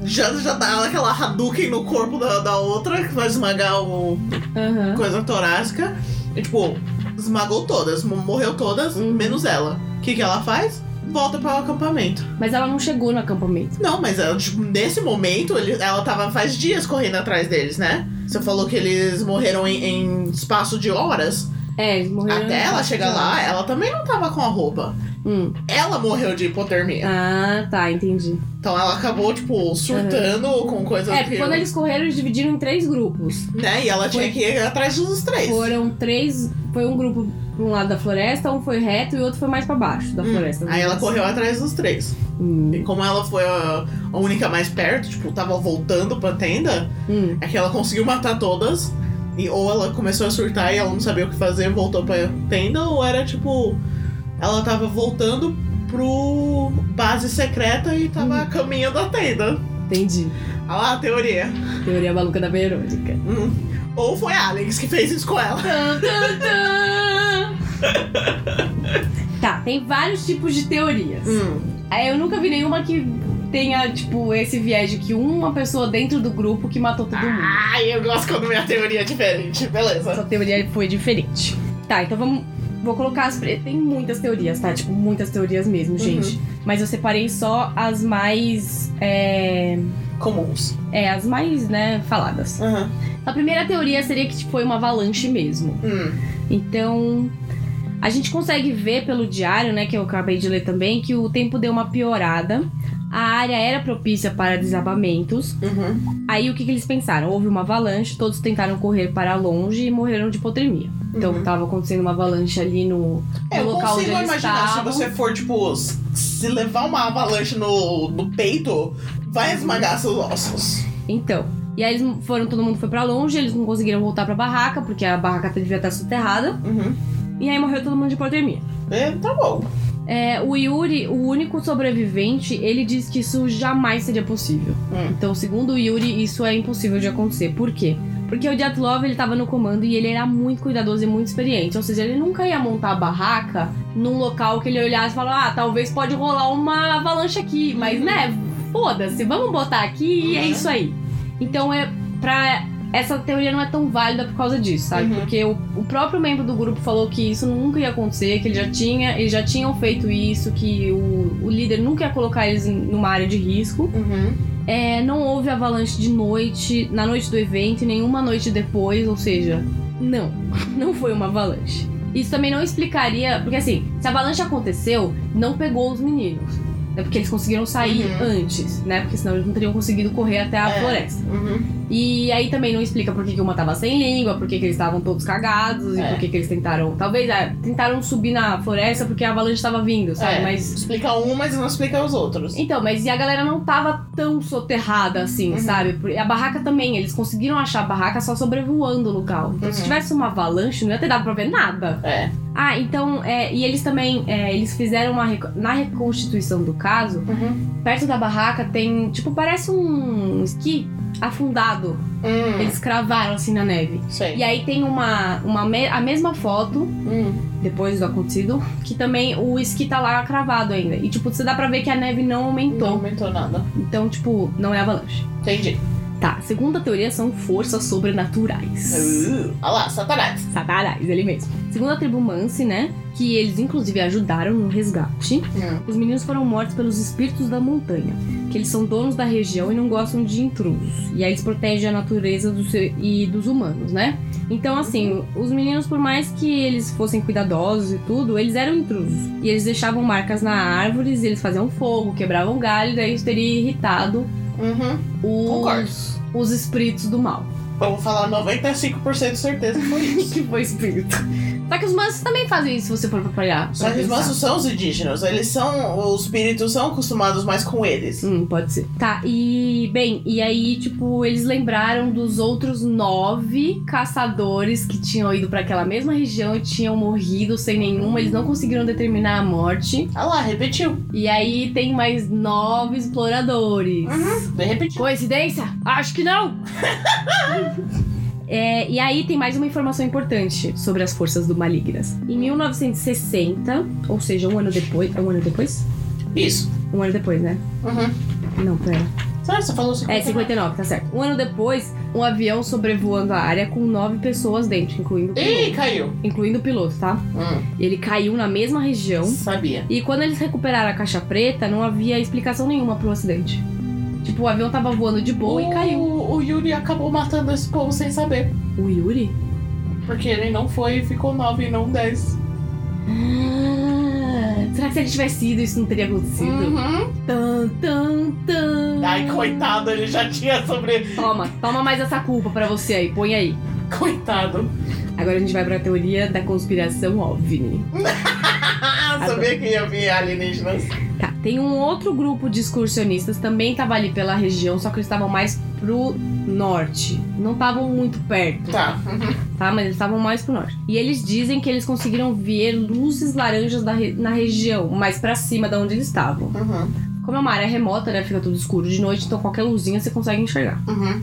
Já, já dá aquela Hadouken no corpo da, da outra, que vai esmagar o, Aham. coisa torácica. E, tipo, esmagou todas, mo- morreu todas, Uhum. menos ela. O que, que ela faz? Volta para o acampamento. Mas ela não chegou no acampamento. Não, mas ela, tipo, nesse momento, ele- ela tava faz dias correndo atrás deles, né? Você falou que eles morreram em, em espaço de horas. É, eles morreram. Até ela chegar lá, ela também não tava com a roupa. Hum. Ela morreu de hipotermia. Ah, tá, entendi. Então ela acabou, tipo, surtando com coisas É, que. porque quando eles correram, eles dividiram em três grupos. Né? E ela tinha Foi- que ir atrás dos três. Foram três. Foi um grupo pra um lado da floresta, um foi reto e o outro foi mais pra baixo da Hum. floresta. né? Aí ela correu atrás dos três. Hum. E como ela foi a, a única mais perto, tipo, tava voltando pra tenda, Hum. é que ela conseguiu matar todas. E ou ela começou a surtar e ela não sabia o que fazer, voltou pra tenda, ou era tipo. Ela tava voltando pro base secreta e tava a caminho da tenda. Entendi. Olha lá a teoria. Teoria maluca da Verônica. Hum. Ou foi a Alex que fez isso com ela. Tan, tan, tan. tá, tem vários tipos de teorias. Hum. Aí eu nunca vi nenhuma que tenha, tipo, esse viés de que uma pessoa dentro do grupo que matou Ah, todo mundo. Ai, eu gosto quando minha teoria é diferente. Beleza. Sua teoria foi diferente. Tá, então vamos. Vou colocar as. pre- Tem muitas teorias, tá? Tipo, muitas teorias mesmo, gente. Mas eu separei só as mais. É, Comuns. é, as mais, né, faladas. Aham. A primeira teoria seria que tipo, foi uma avalanche mesmo. Hum. Então. A gente consegue ver pelo diário, né, que eu acabei de ler também, que o tempo deu uma piorada. A área era propícia para desabamentos. Uhum. Aí o que, que eles pensaram? Houve uma avalanche, todos tentaram correr para longe e morreram de hipotermia. Então Uhum. tava acontecendo uma avalanche ali no, É, no eu local onde consigo eles imaginar estavam. se você for, tipo, s- se levar uma avalanche no, no peito, vai esmagar seus ossos. Então. E aí eles foram, todo mundo foi pra longe, eles não conseguiram voltar pra barraca, porque a barraca devia estar soterrada. Uhum. E aí morreu todo mundo de hipotermia. É, tá bom. É, o Yuri, o único sobrevivente, ele diz que isso jamais seria possível. Hum. Então, segundo o Yuri, isso é impossível de acontecer. Por quê? Porque o Dyatlov, ele tava no comando e ele era muito cuidadoso e muito experiente. Ou seja, ele nunca ia montar a barraca num local que ele olhasse e falasse Ah, talvez pode rolar uma avalanche aqui. Mas, né, foda-se, vamos botar aqui e é Uhum. isso aí. Então, é pra... Essa teoria não é tão válida por causa disso, sabe? Uhum. Porque o, o próprio membro do grupo falou que isso nunca ia acontecer, que ele já tinha, eles já tinham feito isso, que o, o líder nunca ia colocar eles em, numa área de risco. Uhum. É, não houve avalanche de noite, na noite do evento, e nenhuma noite depois, ou seja, não, não foi uma avalanche. Isso também não explicaria, porque assim, se a avalanche aconteceu, não pegou os meninos. É porque eles conseguiram sair Uhum. antes, né? Porque senão eles não teriam conseguido correr até a É. floresta. Uhum. E aí também não explica por que, que uma tava sem língua, por que, que eles estavam todos cagados É. e por que, que eles tentaram. Talvez é, tentaram subir na floresta porque a avalanche tava vindo, sabe? É. Mas. Explica um, mas não explica os outros. Então, mas e a galera não tava tão soterrada assim, Uhum. sabe? Por- A barraca também, eles conseguiram achar a barraca só sobrevoando o local. Então, se Uhum. tivesse uma avalanche, não ia ter dado pra ver nada. É. Ah, então, é, e eles também, é, eles fizeram uma, reco- na reconstituição do caso, Uhum. perto da barraca tem, tipo, parece um esqui afundado. Hum, Eles cravaram assim na neve. sei. E aí tem uma, uma me- a mesma foto, Hum, depois do acontecido, que também o esqui tá lá cravado ainda. E, tipo, você dá pra ver que a neve não não aumentou. aumentou nada. Então, tipo, não é avalanche. Entendi. Tá, segunda teoria são forças sobrenaturais. Uh, olha lá, Satanás. Satanás, ele mesmo. Segundo a tribo Mansi, né? Que eles inclusive ajudaram no resgate. Hum. Os meninos foram mortos pelos espíritos da montanha, que eles são donos da região e não gostam de intrusos. E aí eles protegem a natureza do ser- e dos humanos, né? Então, assim, os meninos, por mais que eles fossem cuidadosos e tudo, eles eram intrusos. E eles deixavam marcas na árvores, eles faziam fogo, quebravam galho, daí isso teria irritado Uhum. Concordo. os, os espíritos do mal. Eu vou falar 95% de certeza que foi isso. que foi espírito. Só que os mansos também fazem isso se você for pra olhar. Só que os mansos são os indígenas, eles são. Os espíritos são acostumados mais com eles. Hum, pode ser. Tá, e bem, e aí, tipo, eles lembraram dos outros nove caçadores que tinham ido pra aquela mesma região e tinham morrido sem nenhuma, eles não conseguiram determinar a morte. Olha lá, repetiu. E aí tem mais nove exploradores. Bem repetido. Coincidência? Acho que não! É, e aí tem mais uma informação importante sobre as forças do malignas. Em 1960, ou seja, um ano depois. É um ano depois? Isso. Um ano depois, né? Uhum. Não, pera. Sabe, você falou É 50. 59, tá certo. Um ano depois, um avião sobrevoando a área com nove pessoas dentro, incluindo o piloto, Ih, caiu. incluindo o piloto, tá? Hum, Ele caiu na mesma região. sabia. E quando eles recuperaram a caixa preta, não havia explicação nenhuma pro acidente. Tipo, o avião tava voando de boa o, e caiu. O Yuri acabou matando esse povo sem saber. O Yuri? Porque ele não foi e ficou 9 e não 10. Ah, Será que se ele tivesse ido, isso não teria acontecido? Uhum. Tan, tan, tan. Ai, coitado, ele já tinha sobre. Toma, toma mais essa culpa pra você aí, põe aí. Coitado. Agora a gente vai pra teoria da conspiração OVNI. Ah, sabia que ia vir alienígenas. Tá, tem um outro grupo de excursionistas, também tava ali pela região, só que eles estavam mais pro norte. Não estavam muito perto, Tá. Uhum. tá? Mas eles estavam mais pro norte. E eles dizem que eles conseguiram ver luzes laranjas da re- na região, mais pra cima da onde eles estavam. Uhum. Como é uma área remota, né? Fica tudo escuro de noite, então qualquer luzinha você consegue enxergar. Uhum.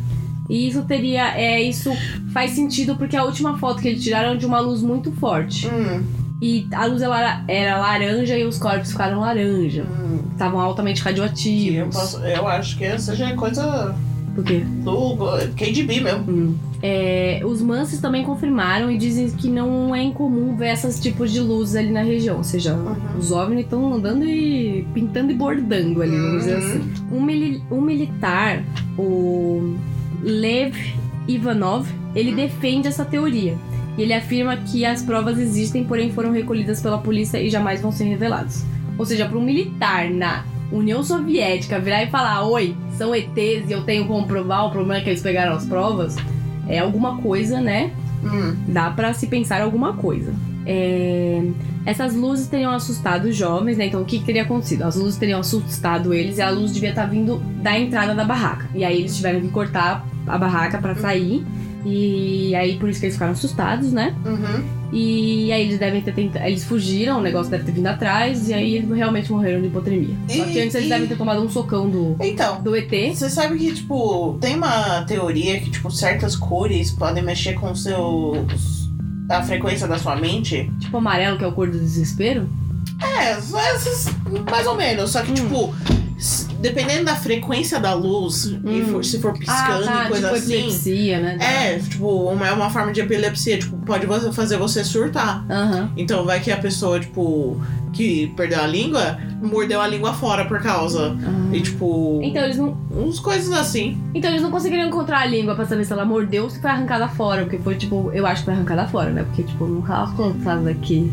E isso teria. É, isso faz sentido porque a última foto que eles tiraram é de uma luz muito forte. Hum. E a luz ela era laranja e os corpos ficaram laranja. Hum. Estavam E altamente eu, radioativos. posso- eu acho que essa já é coisa Por quê? do KDB mesmo. É, os manses também confirmaram e dizem que não é incomum ver esses tipos de luzes ali na região. Ou seja, Uhum. os OVNIs estão andando e pintando e bordando ali, vamos Uhum. dizer assim. Um, mili- um militar, o Lev Ivanov, ele Uhum. defende essa teoria. E ele afirma que as provas existem, porém foram recolhidas pela polícia e jamais vão ser reveladas. Ou seja, para um militar na União Soviética virar e falar: Oi, são ETs e eu tenho como provar, o problema é que eles pegaram as provas. É alguma coisa, né? Hum. dá pra se pensar alguma coisa. É, Essas luzes teriam assustado os jovens, né? Então o que, que teria acontecido? As luzes teriam assustado eles e a luz devia estar vindo da entrada da barraca. E aí eles tiveram que cortar a barraca pra sair. E aí por isso que eles ficaram assustados, né? Uhum. E aí eles devem ter tentado. Eles fugiram, o negócio deve ter vindo atrás, e aí eles realmente morreram de hipotermia. Só que E- antes eles e- devem ter tomado um socão do, Então, do ET. Você sabe que, tipo, tem uma teoria que, tipo, certas cores podem mexer com seus. a frequência da sua mente? Tipo amarelo, que é o cor do desespero. É, às vezes, mais ou menos. Só que, Hum. tipo, s- dependendo da frequência da luz, e Hum. for- se for piscando ah, tá, e coisa tipo assim. epilepsia, né? É, tipo, uma- é uma forma de epilepsia, tipo, pode você- fazer você surtar. Aham. Então vai que a pessoa, tipo, que perdeu a língua, mordeu a língua fora por causa. Ah. E tipo. Então eles, não, Uns coisas assim. então eles não conseguiriam encontrar a língua pra saber se ela mordeu ou se foi arrancada fora. Porque foi tipo, eu acho que foi arrancada fora, né? Porque, tipo, não tava aqui.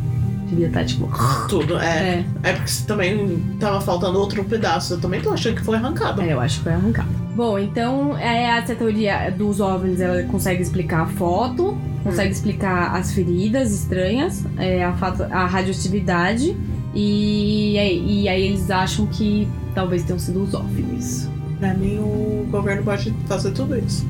Devia estar, tipo. Tudo. É. É, É porque você também tava faltando outro pedaço. Eu também tô achando que foi arrancado. é, eu acho que foi arrancada. Bom, então é, essa teoria dos OVNIs ela consegue explicar a foto, consegue explicar as feridas estranhas, é, a, fato, a radioatividade. E, é, e aí eles acham que talvez tenham sido os OVNIs. Pra mim, o governo pode fazer tudo isso.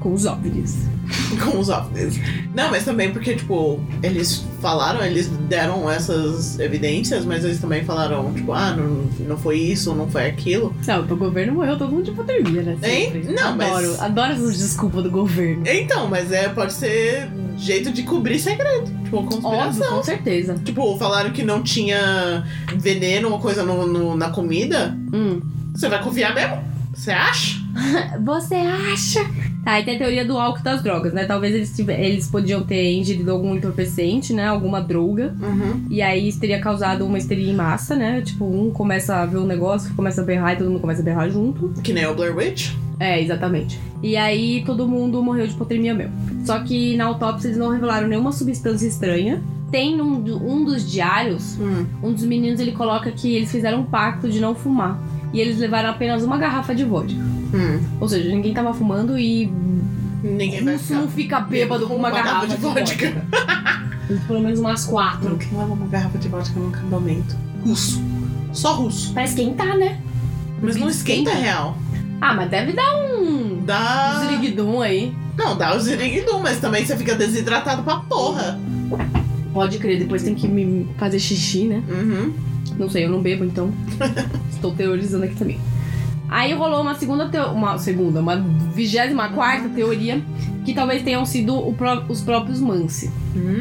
Com os OVNIs. Com os OVNIs. Não, mas também porque, tipo, eles falaram, eles deram essas evidências, mas eles também falaram, tipo, ah, não, não foi isso, não foi aquilo. Não, pro governo morreu todo mundo de hipotermia, né? Hein? Sempre. Não, mas- adoro, adoro essas desculpas do governo. Então, mas é, pode ser jeito de cobrir segredo. Tipo, conspiração. Óbvio, com certeza. Tipo, falaram que não tinha veneno, uma coisa no, no- na comida. Hum. Você vai confiar mesmo? Você acha? Você acha? Tá, e tem a teoria do álcool e das drogas, né? Talvez eles, tive- eles podiam ter ingerido algum entorpecente, né? Alguma droga. Uhum. E aí isso teria causado uma histeria em massa, né? Tipo, um começa a ver um negócio, começa a berrar e todo mundo começa a berrar junto. Que nem o Blair Witch. É, exatamente. E aí todo mundo morreu de hipotermia mesmo. Só que na autópsia eles não revelaram nenhuma substância estranha. Tem num do- um dos diários Hum. um dos meninos ele coloca que eles fizeram um pacto de não fumar. E eles levaram apenas uma garrafa de vodka. Hum. Ou seja, ninguém tava fumando e Ninguém vai russo não ficar fica bêbado com uma garrafa de vodka. Pelo menos umas quatro. Quem leva uma garrafa de vodka num acampamento? Russo. Só russo. Pra esquentar, né? Mas não esquenta é real. Ah, mas deve dar um Dá. ziriguidum aí. Não, dá o ziriguidum, mas também você fica desidratado pra porra. Pode crer, depois tem que me fazer xixi, né? Uhum. Não sei, eu não bebo, então estou teorizando aqui também. Aí rolou uma segunda teo... uma segunda, uma vigésima quarta teoria que talvez tenham sido o pró- os próprios Mansi.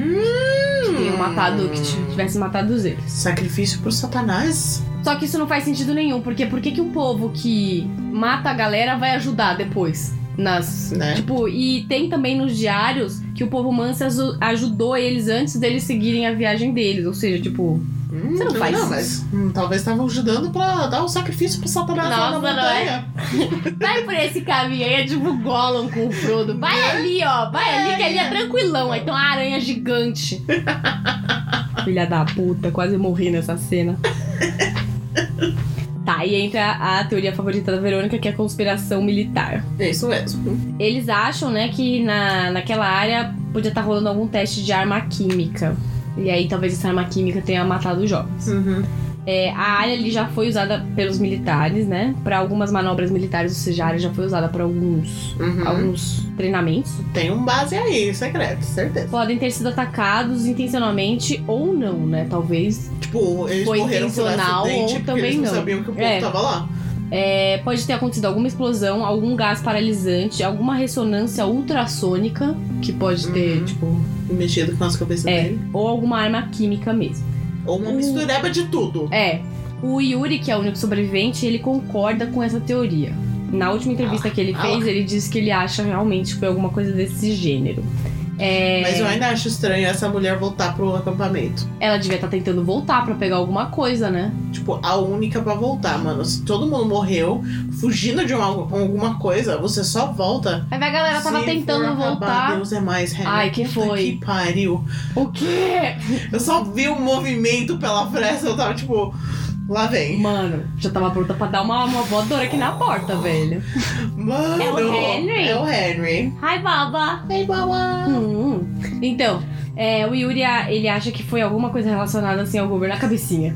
que tenham matado, que ti- tivesse matado os eles. Hum. Sacrifício pro Satanás? Só que isso não faz sentido nenhum, porque por que que um povo que mata a galera vai ajudar depois? Nas. Né? Tipo, e tem também nos diários que o povo manso aju- ajudou eles antes deles seguirem a viagem deles. Ou seja, tipo, Hum, Você não faz não, isso. mas hum, talvez estavam ajudando pra dar um sacrifício pro Satanás lá na Nossa, não é. montanha. vai por esse caminho aí, é tipo o Gollum com o Frodo. Vai ali, ó, vai ali, que ali é tranquilão. Aí tem uma aranha gigante. Filha da puta, quase morri nessa cena. Tá, e entra a teoria favorita da Verônica, que é a conspiração militar. É isso mesmo. Eles acham, né, que na, naquela área podia estar rolando algum teste de arma química. E aí talvez essa arma química tenha matado os jovens. Uhum. É, a área ali já foi usada pelos militares, né? Pra algumas manobras militares, ou seja, a área já foi usada pra alguns, Uhum. alguns treinamentos. Tem um base aí, secreto, certeza. Podem ter sido atacados intencionalmente ou não, né? Talvez. Tipo, eles Foi morreram por intencional acidente ou porque também eles não, não. sabiam que o povo É. tava lá. É, pode ter acontecido alguma explosão, algum gás paralisante, alguma ressonância ultrassônica que pode ter, Uhum. tipo. Mexido com as cabeças É. dele. Ou alguma arma química mesmo. Ou uma Hum. mistureba de tudo. É. O Yuri, que é o único sobrevivente, ele concorda com essa teoria. Na última entrevista que ele ah fez, ele disse que ele acha realmente que foi alguma coisa desse gênero. É, Mas eu ainda acho estranho essa mulher voltar pro acampamento. Ela devia estar tentando voltar pra pegar alguma coisa, né? Tipo, a única pra voltar, mano. Se todo mundo morreu, fugindo de uma, alguma coisa, você só volta. Aí a galera tava se tentando for acabar, voltar. Deus é mais real. Ai, que Puta foi? Que pariu. O quê? Eu só vi o movimento pela fresta, eu tava tipo, lá vem. Mano, já tava pronta pra dar uma, uma voadora aqui na porta, velho. Mano! É o Henry. É o Henry. É Ai, baba! Ei, baba! Hum, hum. Então, é, o Yuri, a- ele acha que foi alguma coisa relacionada assim ao governo, a cabecinha.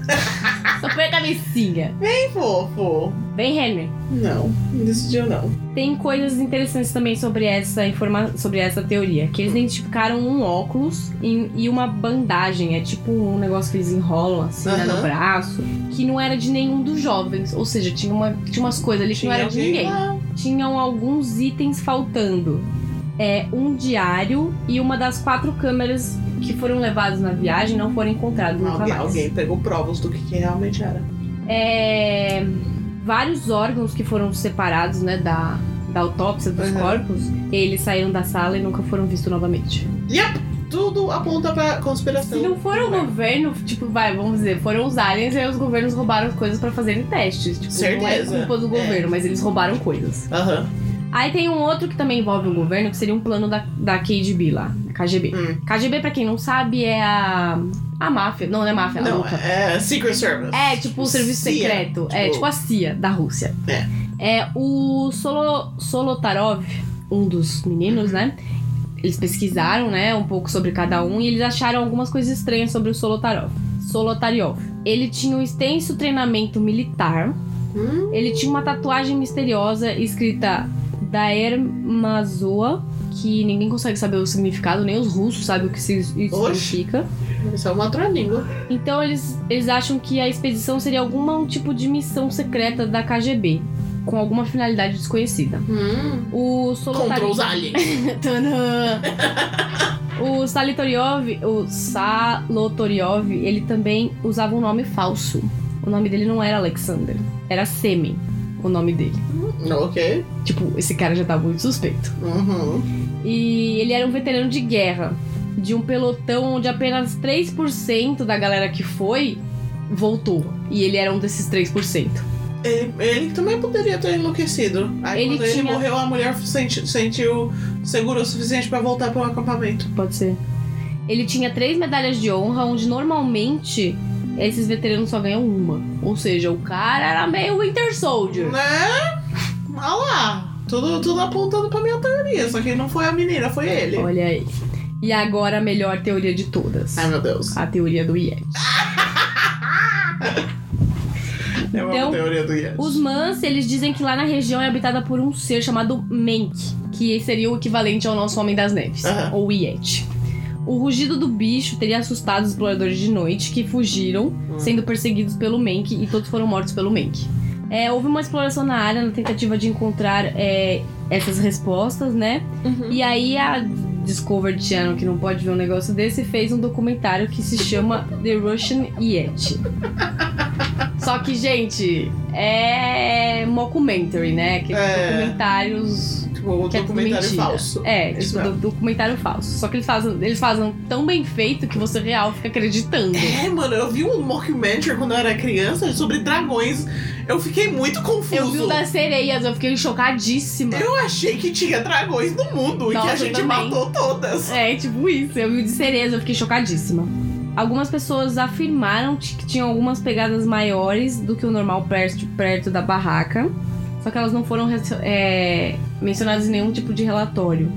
Só foi a cabecinha. Bem fofo. Bem, Henry. Não, não decidiu não. Tem coisas interessantes também sobre essa informa sobre essa teoria. Que eles identificaram um óculos e, e uma bandagem. É tipo um negócio que eles enrolam assim né, no Aham. braço. Que não era de nenhum dos jovens. Ou seja, tinha, uma, tinha umas coisas ali que não era de alguém "Ah, ninguém. lá. Tinham alguns itens faltando. É um diário e uma das quatro câmeras que foram levadas na viagem não foram encontradas nunca Alguém, mais. alguém pegou provas do que, que realmente era. É, vários órgãos que foram separados, né, da, da autópsia dos Uhum. corpos, eles saíram da sala e nunca foram vistos novamente. Yep, tudo aponta pra Se conspiração. não for o governo, tipo, vai, vamos dizer, foram os aliens e aí os governos roubaram coisas pra fazerem testes. Tipo, não Certeza. é culpa do É. governo, mas eles roubaram coisas. Aham. Aí tem um outro que também envolve o governo, que seria um plano da, da KGB lá, da KGB. Hum. KGB, pra quem não sabe, é a. a máfia. Não, não é máfia, ela é Não, louca. é Secret Service. É, tipo o serviço CIA, secreto. É, tipo- tipo a CIA da Rússia. É. o Solo, Solotarov, um dos meninos, né? Eles pesquisaram, né, um pouco sobre cada um e eles acharam algumas coisas estranhas sobre o Solotarov. Solotariov. Ele tinha um extenso treinamento militar. Hum. Ele tinha uma tatuagem misteriosa escrita Daer Mazoa, que ninguém consegue saber o significado, nem os russos sabem o que isso Oxe. significa. Isso é uma outra língua. Então eles, eles acham que a expedição seria algum tipo de missão secreta da KGB, com alguma finalidade desconhecida. Hum. O Contra Solotaryov. os aliens. Tanã. o Salitoriov, o Salotoriov, ele também usava um nome falso. O nome dele não era Alexander, era Semen, o nome dele. ok. Tipo, esse cara já tá muito suspeito. Uhum. E ele era um veterano de guerra, de um pelotão onde apenas 3% da galera que foi voltou. E ele era um desses 3%. Ele, ele também poderia ter enlouquecido. Aí Ele quando ele tinha- morreu, a mulher senti- sentiu seguro o suficiente pra voltar pro acampamento. Pode ser. Ele tinha três medalhas de honra, onde normalmente esses veteranos só ganham uma. Ou seja, o cara era meio Winter Soldier. Né? Olha lá. Tudo, tudo apontando pra minha teoria. Só que não foi a menina, foi ele. Olha aí. E agora a melhor teoria de todas. Ai, meu Deus. A teoria do Yeti. É uma Então, teoria do Yes. Os Mans, eles dizem que lá na região é habitada por um ser chamado Menk, que seria o equivalente ao nosso Homem das Neves, Aham. ou Yeti. O rugido do bicho teria assustado os exploradores de noite, que fugiram, sendo perseguidos pelo Menk, e todos foram mortos pelo Menk. É, houve uma exploração na área na tentativa de encontrar é, essas respostas, né? Uhum. E aí a Discovery Channel, que não pode ver um negócio desse, fez um documentário que se chama The Russian Yeti. Só que, gente, é mockumentary, né? Aqueles É. documentários. Tipo, o que é tudo documentário mentira. falso. É, Isso tipo, do, documentário falso. Só que eles fazem, eles fazem tão bem feito que você real fica acreditando. É, mano, eu vi um mockumentary quando eu era criança sobre dragões. Eu fiquei muito confuso. Eu vi um o das sereias, eu fiquei chocadíssima. Eu achei que tinha dragões no mundo e que Nossa, a eu gente também. matou todas. É, tipo isso. Eu vi o de cereza, eu fiquei chocadíssima. Algumas pessoas afirmaram t- que tinham algumas pegadas maiores do que o normal perto, perto da barraca. Só que elas não foram re- é, mencionadas em nenhum tipo de relatório.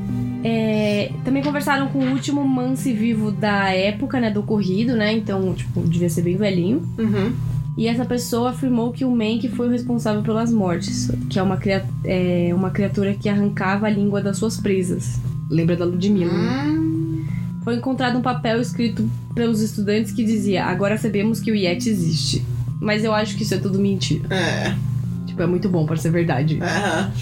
É, também conversaram com o último manse vivo da época, né, do ocorrido, né? Então, tipo, devia ser bem velhinho. Uhum. E essa pessoa afirmou que o Mank foi o responsável pelas mortes, que é uma, cria- é, uma criatura que arrancava a língua das suas presas. Lembra da Ludmilla, né? foi encontrado um papel escrito pelos estudantes que dizia: Agora sabemos que o Yeti existe. Mas eu acho que isso é tudo mentira. É. Tipo, é muito bom pra ser verdade. Aham.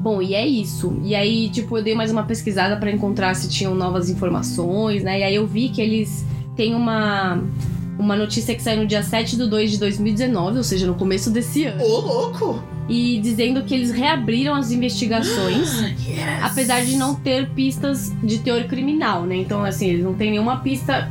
Bom, e é isso. E aí, tipo, eu dei mais uma pesquisada pra encontrar se tinham novas informações, né? E aí eu vi que eles têm uma. Uma notícia que saiu no dia 7 de 2 de 2019, ou seja, no começo desse ano. Ô, louco! E dizendo que eles reabriram as investigações Yes. Apesar de não ter pistas de teor criminal, né? Então, assim, eles não têm nenhuma pista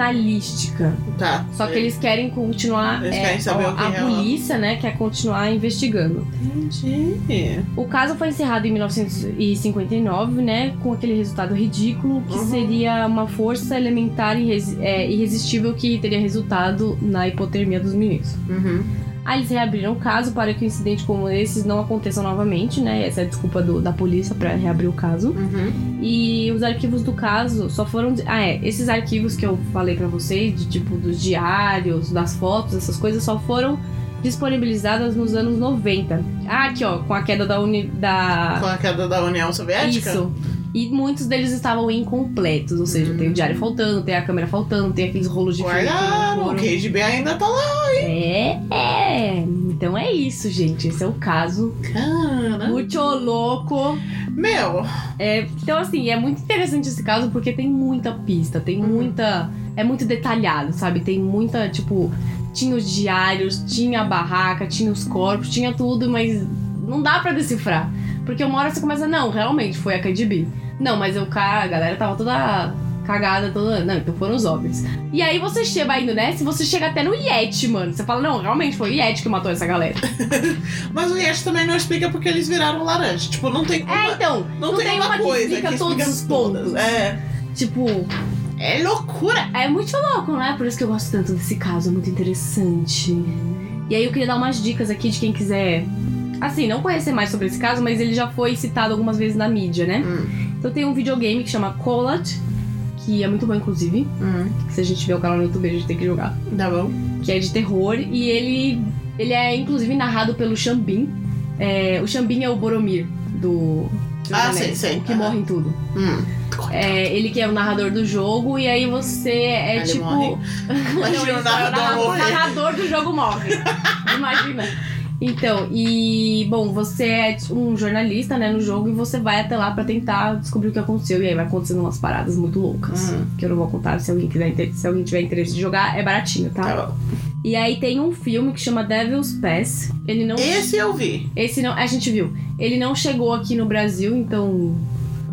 criminalística. Tá. Só que eles querem continuar. Eles é, querem saber a, o que a é ela. polícia, né, quer continuar investigando. Entendi. O caso foi encerrado em 1959, né? Com aquele resultado ridículo, que Uhum. seria uma força elementar irresi- é, irresistível que teria resultado na hipotermia dos meninos. Uhum. Aí eles reabriram o caso para que um incidente como esses não aconteçam novamente, né? Essa é a desculpa do- da polícia para reabrir o caso. Uhum. E os arquivos do caso só foram. Ah, é. Esses arquivos que eu falei pra vocês, de tipo dos diários, das fotos, essas coisas, só foram disponibilizadas nos anos 90. Ah, aqui, ó, com a queda da. Uni... da... Com a queda da União Soviética? Isso. E muitos deles estavam incompletos, ou seja, Hum. tem o diário faltando, tem a câmera faltando, tem aqueles rolos de filme que não Guardaram. foram. O KGB ainda tá lá. É, é. Então é isso, gente. Esse é o caso. Cara. Muito louco. Meu. É, então, assim, é muito interessante esse caso porque tem muita pista, tem Uhum. muita é muito detalhado, sabe? Tem muita, tipo, tinha os diários, tinha a barraca, tinha os corpos, tinha tudo, mas não dá pra decifrar. Porque uma hora você começa, não, realmente foi a Cardi B. Não, mas eu, cara, a galera tava toda cagada, toda. Não, então foram os homens. E aí você chega vai indo nessa e você chega até no Yeti, mano. Você fala, não, realmente foi o Yeti que matou essa galera. Mas o Yash também não explica porque eles viraram laranja. Tipo, não tem É, uma, então, não, tem, uma que coisa explica que todos explica os todas. pontos. É, Tipo, é loucura. é muito louco, né? Por isso que eu gosto tanto desse caso, é muito interessante. E aí eu queria dar umas dicas aqui de quem quiser, assim, não conhecer mais sobre esse caso, mas ele já foi citado algumas vezes na mídia, né? Hum. Então tem um videogame que chama Collat, que é muito bom, inclusive. Hum, Se a gente ver o canal no YouTube, a gente tem que jogar. tá bom. que é de terror, e ele, ele é inclusive narrado pelo Xambin. É, o Xambin é o Boromir do. do Ah, Anéis, sei, sei. o Que Aham. morre em tudo. Hum. É, ele que é o narrador do jogo, e aí você é Ele tipo. morre. Imagina Não, ele o só é narrador morrer. O narrador do jogo morre. Imagina. Então, e bom, você é um jornalista, né, no jogo e você vai até lá pra tentar descobrir o que aconteceu e aí vai acontecendo umas paradas muito loucas, Hum. que eu não vou contar, se alguém quiser, inter- se alguém tiver interesse de jogar, é baratinho, tá? Tá bom. E aí tem um filme que chama Devil's Pass. Ele não. Esse eu vi. Esse não. A gente viu. Ele não chegou aqui no Brasil, então.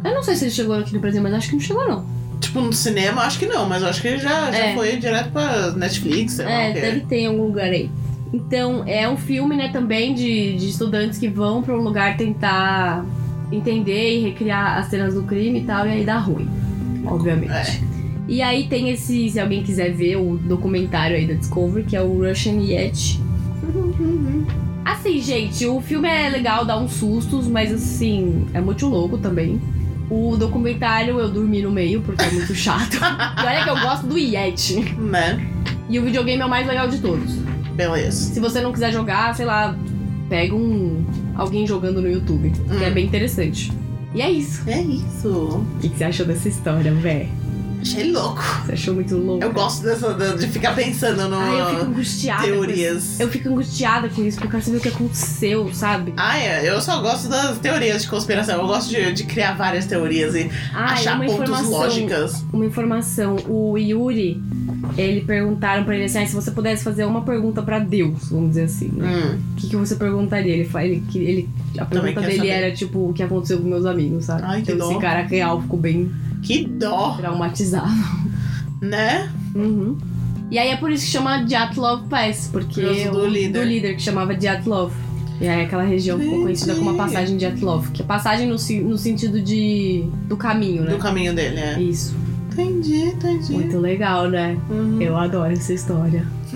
Eu não sei se ele chegou aqui no Brasil, mas acho que não chegou, não. Tipo, no cinema, acho que não, mas eu acho que ele já, já É. foi direto pra Netflix, sei lá É, o quê. deve ter em algum lugar aí. Então, é um filme, né, também de, de estudantes que vão pra um lugar tentar entender e recriar as cenas do crime e tal, e aí dá ruim, obviamente. É. E aí tem esse, se alguém quiser ver, o documentário aí da Discovery, que é o Russian Yet. Assim, gente, o filme é legal, dá uns sustos, mas assim, é muito louco também. O documentário eu dormi no meio, porque é muito chato. e olha que eu gosto do Yeti. Né? E o videogame é o mais legal de todos. Beleza. Se você não quiser jogar, sei lá, pega um alguém jogando no YouTube, Hum. que é bem interessante. E é isso. É isso. O que que você achou dessa história, véi? Achei louco. Você achou muito louco? Eu gosto dessa, de ficar pensando no Ai, eu fico angustiada. com isso. teorias. Eu fico angustiada com isso, porque eu quero saber o que aconteceu, sabe? Ah, é. Eu só gosto das teorias de conspiração. Eu gosto de, de criar várias teorias e Ah, e achar uma pontos informação. lógicas. Uma informação. O Yuri, ele perguntaram pra ele assim: ah, se você pudesse fazer uma pergunta pra Deus, vamos dizer assim, né? Hum. O que, que você perguntaria? Ele, fa- ele, que- ele, a Também pergunta quer dele saber. era tipo o que aconteceu com meus amigos, sabe? Ai, que então esse dó. cara real ficou bem Que dó, traumatizado. né? Uhum. E aí é por isso que chama Love Pass, porque Por causa é do o- líder. do líder que chamava Love E aí aquela região ficou conhecida como a Entendi. passagem Love que é passagem no, si- no sentido de do caminho, né? Do caminho dele, é. Isso. Entendi, entendi. Muito legal, né? Uhum. Eu adoro essa história.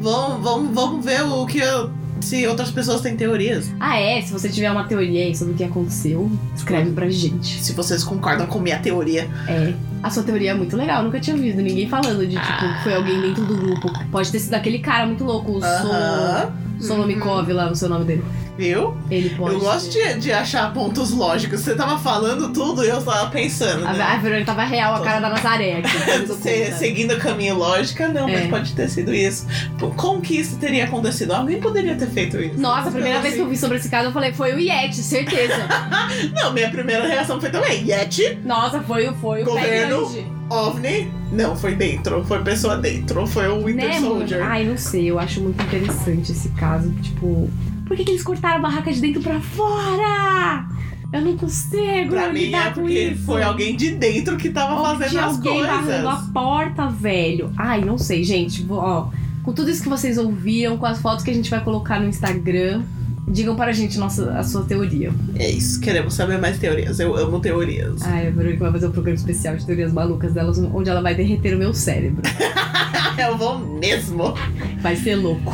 vamos, vamos, vamos ver o que eu- se outras pessoas têm teorias. Ah, é? Se você tiver uma teoria aí sobre o que aconteceu, escreve pra gente. Se vocês concordam com minha teoria. É. A sua teoria é muito legal, eu nunca tinha ouvido ninguém falando de, tipo, Ah. foi alguém dentro do grupo. Pode ter sido aquele cara muito louco, o Sol Aham. Solomikov lá, não sei o nome dele. Viu? Ele pode. Eu gosto ter- de, de achar pontos lógicos. Você tava falando tudo e eu tava pensando. né? A, a Verônica tava real, a cara da Nazaré. aqui, eu tô Se- contando. seguindo o caminho lógica, não, É. mas pode ter sido isso. Por- Como que isso teria acontecido? Alguém poderia ter feito isso. Nossa, a primeira vez que eu vi sobre esse caso, eu falei, foi o Yeti, certeza. Não, minha primeira reação foi também Yeti, Nossa, foi, o- foi o pé Governo. grande. OVNI. Não, foi dentro, foi pessoa dentro, foi o Winter Né, mano? Soldier. Ai, não sei, eu acho muito interessante esse caso. Tipo, por que, que eles cortaram a barraca de dentro pra fora? Eu não consigo Pra mim lidar é com porque isso. foi alguém de dentro que tava Ou fazendo tinha as alguém coisas. barrando a porta, velho. Ai, não sei, gente. Vou- Ó, com tudo isso que vocês ouviram, com as fotos que a gente vai colocar no Instagram, digam para a gente nossa, a sua teoria. É isso, queremos saber mais teorias. Eu amo teorias. Ai, a Verônica vai fazer um programa especial de teorias malucas delas, onde ela vai derreter o meu cérebro. Ah. Eu vou mesmo. Vai ser louco.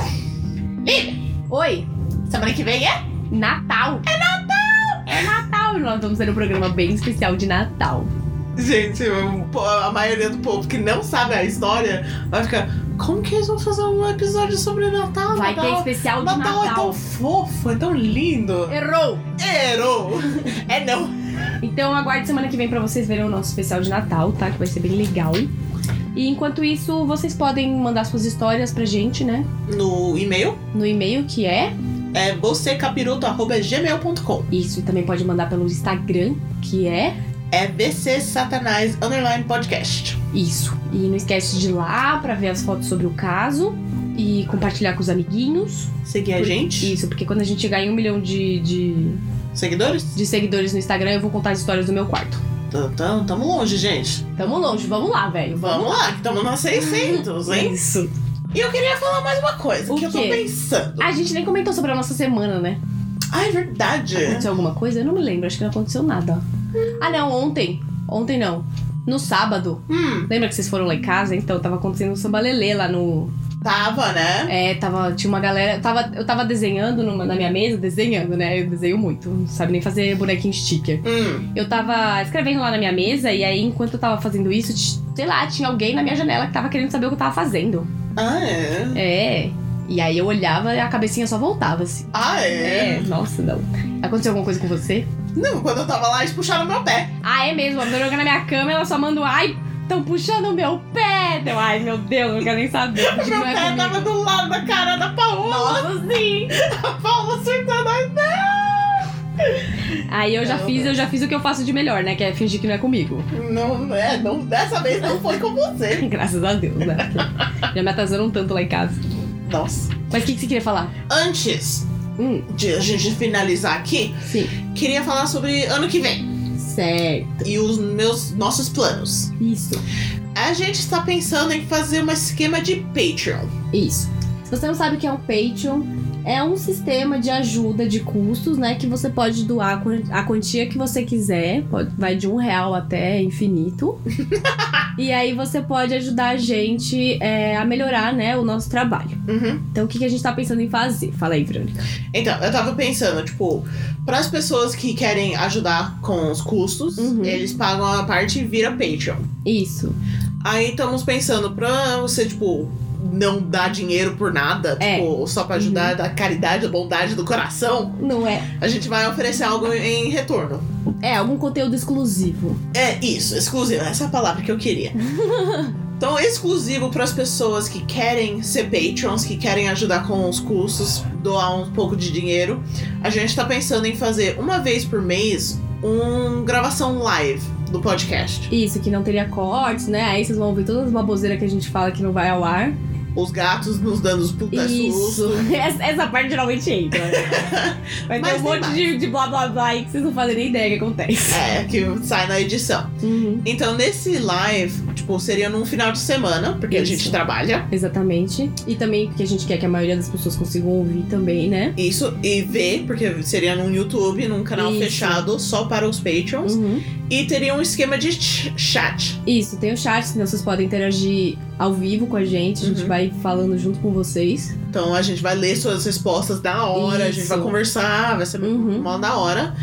Oi! Semana que vem é? Natal! É Natal! É Natal! Nós vamos ter um programa bem especial de Natal. Gente, eu- pô, a maioria do povo que não sabe a história vai ficar. Como que eles vão fazer um episódio sobre Natal? Vai ter Natal, especial de Natal é tão Natal. fofo, é tão lindo. Errou! Ero! É não. Então aguarde semana que vem pra vocês verem o nosso especial de Natal, tá? Que vai ser bem legal. E enquanto isso, vocês podem mandar suas histórias pra gente, né? No e-mail No e-mail que é é vocêcapiroto.gmail.com. isso, e também pode mandar pelo Instagram, que é É BC Satanás Underline Podcast. isso. E não esquece de ir lá pra ver as fotos sobre o caso e compartilhar com os amiguinhos. Seguir a gente? Isso, porque quando a gente chegar em um milhão de, de, Seguidores? de seguidores no Instagram, eu vou contar as histórias do meu quarto. Tam- tam- Tamo longe, gente. Tamo longe, vamos lá, velho. Vamos lá, que tamo nos 600, hein? Isso. E eu queria falar mais uma coisa O que eu tô quê? pensando. A gente nem comentou sobre a nossa semana, né? Ah, é verdade. Aconteceu alguma coisa? Eu não me lembro, acho que não aconteceu nada. Ah, não, ontem. Ontem não. No sábado. Hum, Lembra que vocês foram lá em casa? Então, tava acontecendo um sambalelê lá no. tava, né? É, tava. Tinha uma galera. eu Tava, eu tava desenhando numa- na minha mesa, desenhando, né? Eu desenho muito. Não sabe nem fazer bonequinho sticker. Hum, Eu tava escrevendo lá na minha mesa, e aí, enquanto eu tava fazendo isso, t- sei lá, tinha alguém na minha janela que tava querendo saber o que eu tava fazendo. ah, é. É. E aí eu olhava e a cabecinha só voltava, assim. Ah, é. É, nossa, não. Aconteceu alguma coisa com você? Não, quando eu tava lá, eles puxaram meu pé. Ah, é mesmo. A Verônica na minha cama, ela só manda um ai, estão puxando o meu pé. Eu, ai, meu Deus, não quero nem saber. Meu Meu pé tava do lado da cara da Paola. Nossa, sim. A Paola surtando. ai, Aí eu já Não, fiz, não. eu já fiz o que eu faço de melhor, né? Que é fingir que não é comigo. Não, é, não, dessa vez não foi com você. Graças a Deus, né? já me atazaram um tanto lá em casa. Nossa. Mas o que, que você queria falar? Antes Hum, de a gente finalizar aqui, sim. queria falar sobre ano que vem Certo. e os meus nossos planos. Isso. A gente está pensando em fazer um esquema de Patreon. Isso. Se você não sabe o que é o Patreon, é um sistema de ajuda de custos, né? Que você pode doar a quan- a quantia que você quiser, pode- vai de um real até infinito. e aí você pode ajudar a gente é, a melhorar, né, o nosso trabalho. Uhum. Então, o que, que a gente tá pensando em fazer? Fala aí, Verônica. Então, eu tava pensando, tipo, para as pessoas que querem ajudar com os custos, Uhum. eles pagam a parte e vira Patreon. Isso. Aí estamos pensando pra você, tipo, não dar dinheiro por nada, É. Uhum. tipo, só pra ajudar da caridade, da bondade do coração, Não é? a gente vai oferecer algo em retorno. É, algum conteúdo exclusivo. É isso, exclusivo. Essa é a palavra que eu queria. Então, exclusivo para as pessoas que querem ser patrons, que querem ajudar com os custos, doar um pouco de dinheiro. A gente tá pensando em fazer uma vez por mês uma gravação live do podcast. Isso, que não teria cortes, né? Aí vocês vão ouvir todas as baboseiras que a gente fala que não vai ao ar. Os gatos nos dando os puta Isso. susto. Essa, essa parte geralmente entra. né? Mas, Mas tem tem um monte mais. de, de blá blá blá aí que vocês não fazem nem ideia do que acontece. É, que sai na edição. Uhum, Então, nesse live, tipo, seria num final de semana, porque a Isso. gente trabalha. Exatamente. E também porque a gente quer que a maioria das pessoas consigam ouvir também, né? Isso, e ver, porque seria num YouTube, num canal Isso. fechado, só para os patrons. Uhum. E teria um esquema de ch- chat. Isso, tem o chat, senão vocês podem interagir ao vivo com a gente. A gente Uhum. vai falando junto com vocês. Então a gente vai ler suas respostas na hora, a gente Isso. vai conversar, vai ser Uhum. mal da hora.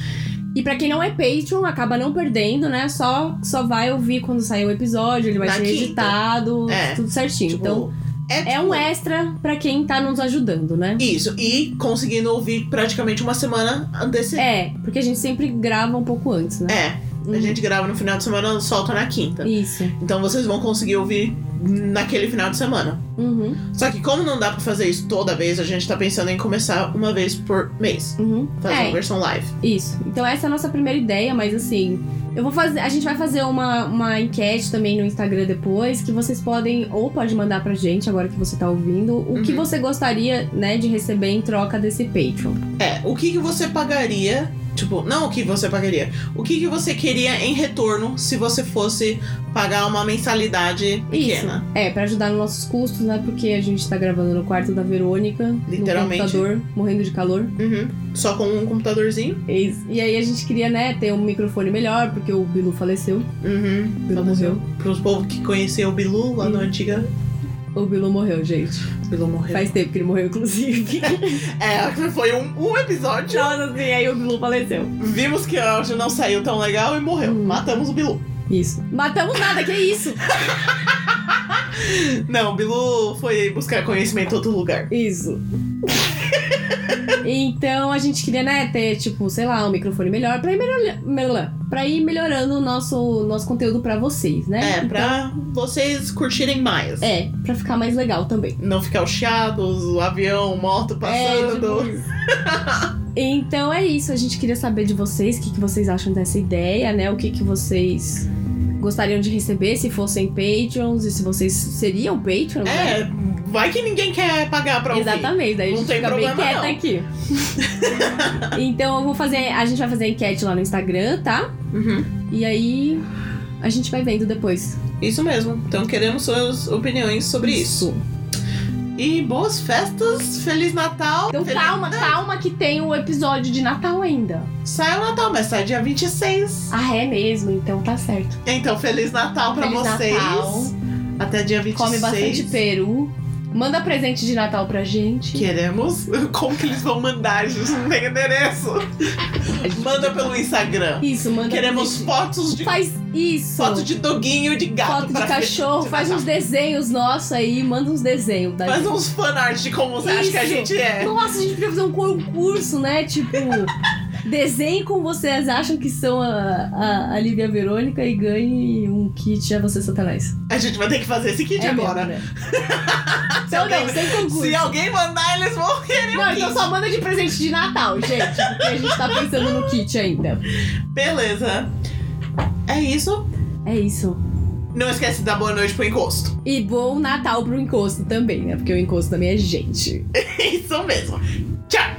E pra quem não é Patreon, acaba não perdendo, né? Só, só vai ouvir quando sair o episódio, ele vai Na ser quinta. editado, É. tudo certinho. Tipo, então, é um tipo, extra pra quem tá nos ajudando, né? Isso, e conseguindo ouvir praticamente uma semana antecedente. É, porque a gente sempre grava um pouco antes, né? Uhum. É, a gente grava no final de semana, solta na quinta. Isso. Então vocês vão conseguir ouvir naquele final de semana. Uhum, Só que como não dá pra fazer isso toda vez, a gente tá pensando em começar uma vez por mês. uhum. Fazer uma É, versão live. isso. Então essa é a nossa primeira ideia, mas assim, eu vou fazer. A gente vai fazer uma, uma enquete também no Instagram depois, que vocês podem, ou pode mandar pra gente, agora que você tá ouvindo, o que Uhum. você gostaria, né, de receber em troca desse Patreon. É, o que, que você pagaria? Tipo, não o que você pagaria. O que, que você queria em retorno se você fosse pagar uma mensalidade pequena? É, pra ajudar nos nossos custos, né? Porque a gente tá gravando no quarto da Verônica, Literalmente. no computador, morrendo de calor. É Uhum. Só com um computadorzinho? Isso. E aí a gente queria, né, ter um microfone melhor, porque o Bilu faleceu. Uhum. Bilu morreu. Para os povos que conheciam o Bilu lá na antiga. O Bilu morreu, gente. Bilu morreu. Faz tempo que ele morreu, inclusive. É, foi um, um episódio. Nossa, assim, aí o Bilu faleceu. Vimos que a Áudio não saiu tão legal e morreu. Hum. Matamos o Bilu. Isso. Matamos nada, que isso? Não, o Bilu foi buscar conhecimento em outro lugar. Isso. então a gente queria, né, ter, tipo, sei lá, um microfone melhor pra ir, melhor, melhor- pra ir melhorando o nosso, nosso conteúdo pra vocês, né? É, pra vocês curtirem mais. É, pra ficar mais legal também. Não ficar o chiado, o avião, moto É, passando. tipo isso. Então é isso, a gente queria saber de vocês o que, que vocês acham dessa ideia, né? O que, que vocês gostariam de receber se fossem patrons e se vocês seriam patrons, né? É, vai que ninguém quer pagar pra ouvir. Exatamente, daí a Não gente tem fica bem problema, quieta não. aqui. então eu vou fazer. A gente vai fazer a enquete lá no Instagram, tá? Uhum. E aí a gente vai vendo depois. Isso mesmo. Então queremos suas opiniões sobre isso. E boas festas, Feliz Natal. Então Feliz- calma, calma que tem o episódio de Natal ainda. Sai o Natal, mas sai dia 26. Ah, é mesmo, então tá certo. Então, Feliz Natal pra Feliz vocês. Natal. Até dia 26. Come bastante peru. Manda presente de Natal pra gente. Queremos. Como que eles vão mandar? A gente não tem endereço. Manda pelo Instagram. Isso, manda Queremos presente. fotos de Faz isso. foto de doguinho de gato. Foto pra de cachorro, Feliz faz Natal. uns desenhos nossos aí, manda uns desenhos. da Faz gente. uns fanart de como você acha que a Isso. gente é. Nossa, a gente podia fazer um concurso, né? Tipo, desenhe como vocês acham que são a, a, a Lívia Verônica e ganhe um kit a você, Satanás. A gente vai ter que fazer esse kit é agora. mesmo, né? Se Então não, alguém, sem concurso. se alguém mandar, eles vão querer Não, o então kit. só manda de presente de Natal, gente. Porque a gente tá pensando no kit ainda. Beleza. É isso. É isso. Não esquece de dar boa noite pro encosto. E bom Natal pro encosto também, né? Porque o encosto também é gente. Isso mesmo. Tchau.